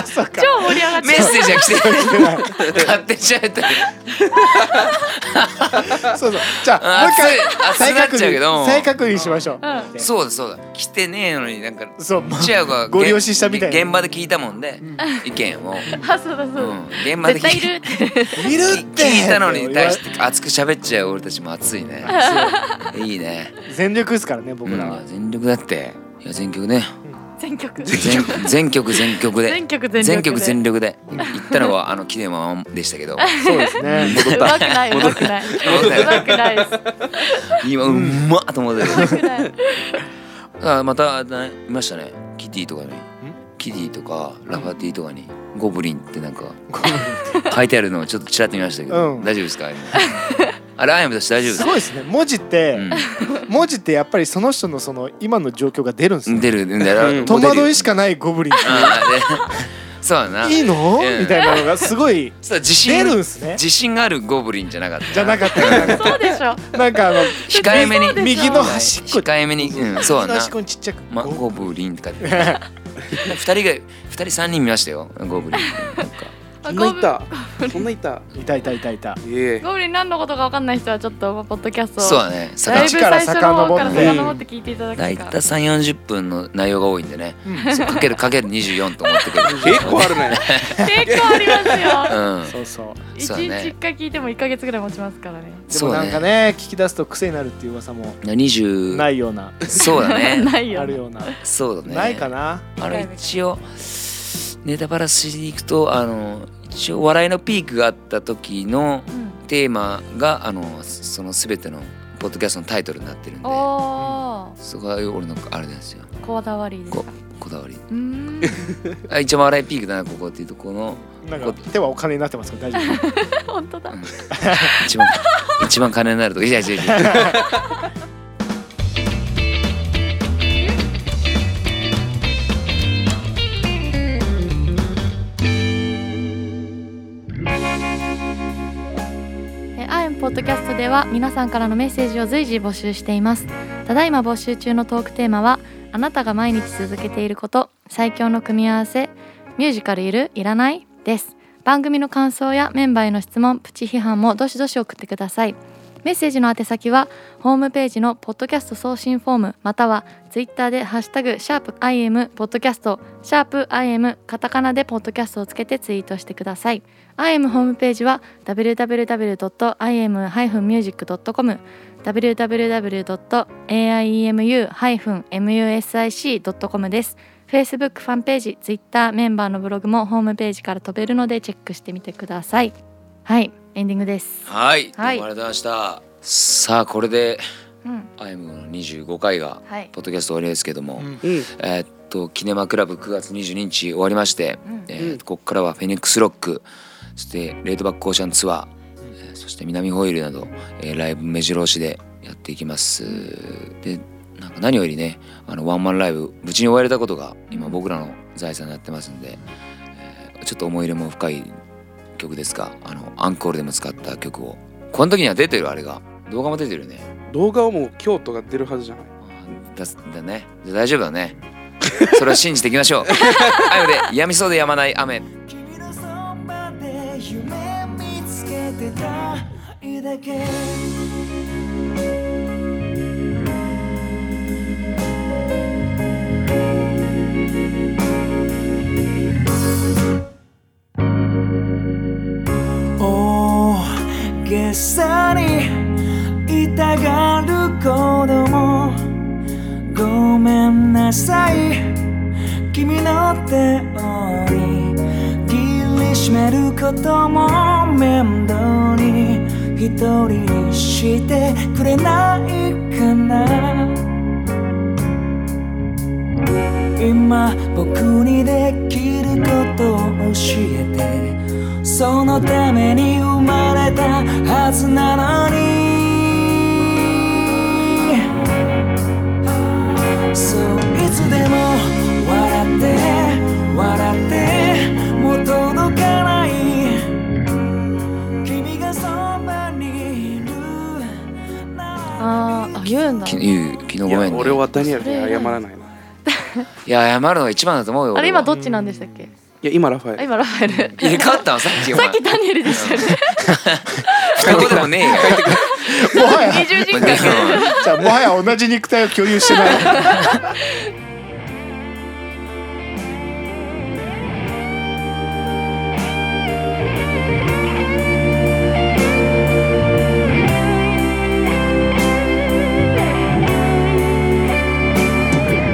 Speaker 3: そっか
Speaker 4: 超盛り上がっ
Speaker 2: メッ
Speaker 4: ちゃう
Speaker 2: セージが来てない 勝手に喋った
Speaker 3: そうそうじゃあ
Speaker 2: あ
Speaker 3: もう一
Speaker 2: 熱い
Speaker 3: 回
Speaker 2: 熱くなっちゃうけども
Speaker 3: 再確認しましょう
Speaker 4: う
Speaker 2: そうだそうだ来てねえのになんか
Speaker 3: そうまあ
Speaker 2: チアが
Speaker 3: ご利用ししたみたいな
Speaker 2: 現場で聞いたもんで、意見を、
Speaker 4: あそうだ
Speaker 2: う
Speaker 4: そうだ、
Speaker 2: ん、現場で
Speaker 4: 絶
Speaker 2: 聞
Speaker 4: 対
Speaker 2: い
Speaker 4: いるって
Speaker 3: いるって
Speaker 2: 聞いたのに対して熱く喋っちゃう俺たちも熱いねいいね、
Speaker 3: 全力ですからね
Speaker 2: う
Speaker 3: 僕らは
Speaker 2: ん、全力だっていや全曲ね
Speaker 4: 全曲
Speaker 2: 全全曲全曲で
Speaker 4: 全曲全力で
Speaker 2: 全曲 全力で言ったのはあのキネマでしたけど
Speaker 3: そうですね
Speaker 4: うまくないうまく ないうまくないです
Speaker 2: 今うまっと思ってる
Speaker 4: うまくない
Speaker 2: あまたあれだねいましたねキティとかにキティとかラファティとかにゴブリンってなんか書いてあるのを ちょっとちらっと見ましたけど、
Speaker 3: うん
Speaker 2: 大丈夫ですかあれアイムとして大丈夫です
Speaker 3: す
Speaker 2: か
Speaker 3: ごいですね文字って、文字ってやっぱりその人のその今の状況が出るんです
Speaker 2: うん
Speaker 3: ね
Speaker 2: 出るんだよ
Speaker 1: うん
Speaker 3: 戸惑い
Speaker 2: し
Speaker 3: しかないゴブリン
Speaker 2: あそうだない
Speaker 3: いの、
Speaker 2: うん
Speaker 3: みたいなのがすごい
Speaker 2: そう自信
Speaker 3: 出るんすね
Speaker 2: 自信があるゴブリンじゃなかった
Speaker 3: じゃなかった
Speaker 4: そうで しょ
Speaker 3: なんかあの
Speaker 2: 控えめに
Speaker 4: そうでしょ
Speaker 3: 右の端っこ
Speaker 2: 控えめに、うん、そうだな
Speaker 3: 右の端っこにちっちゃく、
Speaker 2: ま、
Speaker 3: こ
Speaker 2: ゴブリンとかって二人が二人三人見ましたよゴブリン なんか
Speaker 1: そんないたそんないた
Speaker 3: ういたいたいたいた
Speaker 1: ええ
Speaker 4: ゴブリン何のことか分かんない人はちょっとまあポッドキャストを
Speaker 2: そうだね
Speaker 4: だい
Speaker 2: 坂
Speaker 4: ぶ
Speaker 2: 内
Speaker 4: 最初の方か
Speaker 1: 遡
Speaker 4: ら
Speaker 1: って
Speaker 4: 遡って聞いていただ
Speaker 2: 大
Speaker 4: けた
Speaker 2: 体三四十分の内容が多いんでね、 そうかけるかける二十四と思ってく る
Speaker 1: 結構あるね
Speaker 4: 結構ありますよ
Speaker 2: うん
Speaker 3: そうそう
Speaker 4: 一
Speaker 2: そうだね
Speaker 4: 日一回聞いても一ヶ月ぐらい持ちますからね
Speaker 3: でも
Speaker 2: そう
Speaker 3: なん
Speaker 2: ね
Speaker 3: かね聞き出すと癖になるっていう噂も
Speaker 2: 二十
Speaker 3: ないような
Speaker 2: そうだね
Speaker 4: ないよ
Speaker 3: あるよう な、
Speaker 2: そうだね
Speaker 3: ないかな
Speaker 2: あの一応ネタバラしに行くとあの一応笑いのピークがあった時の
Speaker 4: うん
Speaker 2: テーマがあのその全てのポッドキャストのタイトルになってるんで
Speaker 4: お
Speaker 2: そこは俺のあれなんですよ
Speaker 4: ーこだわりですか
Speaker 2: ここだわり
Speaker 4: うー ん
Speaker 2: あ一応笑いピークだなここっていうとこの
Speaker 3: なんか手はお金になってますから大丈夫
Speaker 4: 本当だ
Speaker 2: 一番一番金になるとこいやいやいやいや
Speaker 4: えアイムポッドキャストでは皆さんからのメッセージを随時募集していますただいま募集中のトークテーマはあなたが毎日続けていること最強の組み合わせミュージカルいるいらないです番組の感想やメンバーへの質問プチ批判もどしどし送ってくださいメッセージの宛先はホームページのポッドキャスト送信フォームまたはツイッターでハッシュタグシャープ i m ポッドキャストシャープ i m カタカナでポッドキャストをつけてツイートしてください IM ホームページは www.im-music.com www.aiemu-music.com です Facebook ファンページ Twitter メンバーのブログもホームページから飛べるのでチェックしてみてくださいはいエンディングです、
Speaker 2: はい、
Speaker 4: はい
Speaker 2: どうもありがとうございましたさあこれで
Speaker 4: うん、
Speaker 2: アイムの25回が
Speaker 4: はい
Speaker 2: ポッドキャスト終わりですけども、
Speaker 3: うん
Speaker 1: うん
Speaker 2: えーっとキネマクラブ9月22日終わりまして、
Speaker 4: うん
Speaker 2: えーっとここからはフェニックスロックそしてレードバックオーシャンツアー、えーそして南ホイールなど、えーライブ目白押しでやっていきますでなんか何よりねあのワンマンライブ無事に終われたことが今僕らの財産になってますんで、えーちょっと思い入れも深い曲ですがあのアンコールでも使った曲をこの時には出てるあれが動画も出てるよね
Speaker 1: 動画はもう京都が出るはずじゃない
Speaker 2: だだねじゃあ大丈夫だねそれを信じていきましょう 雨でやみそうでやまない雨
Speaker 6: 君のそばで夢見つけてたいだけ大げさに痛がる子供ごめんなさい君の手を握りしめることも面倒に一人にしてくれないかな今僕にできることを教えてそのために生まれたはずなのにそういつでも笑って笑ってもう届かない君がそばにいる
Speaker 4: あーあ言うんだ
Speaker 2: きゆう昨日ご
Speaker 1: いや
Speaker 2: めん、ね、
Speaker 1: 俺はダニエルに謝らないない
Speaker 2: いや謝るのが一番だと思うよ
Speaker 4: あれ
Speaker 2: 俺
Speaker 4: 今
Speaker 2: は
Speaker 4: どっちなんでしたっけ
Speaker 1: や今ラファエ
Speaker 4: あ
Speaker 1: ル
Speaker 4: 今ラファエル
Speaker 2: 入れ替わったのさっきお前
Speaker 4: さっきダニエルでしたよね
Speaker 2: 双子でもねえよ
Speaker 3: もはや
Speaker 4: 20時間
Speaker 3: じゃあもはや同じ肉体を共有してない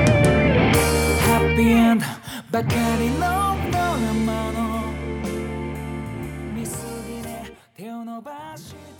Speaker 6: ハッピーエンドばかりのドラマの見過ぎで手を伸ばして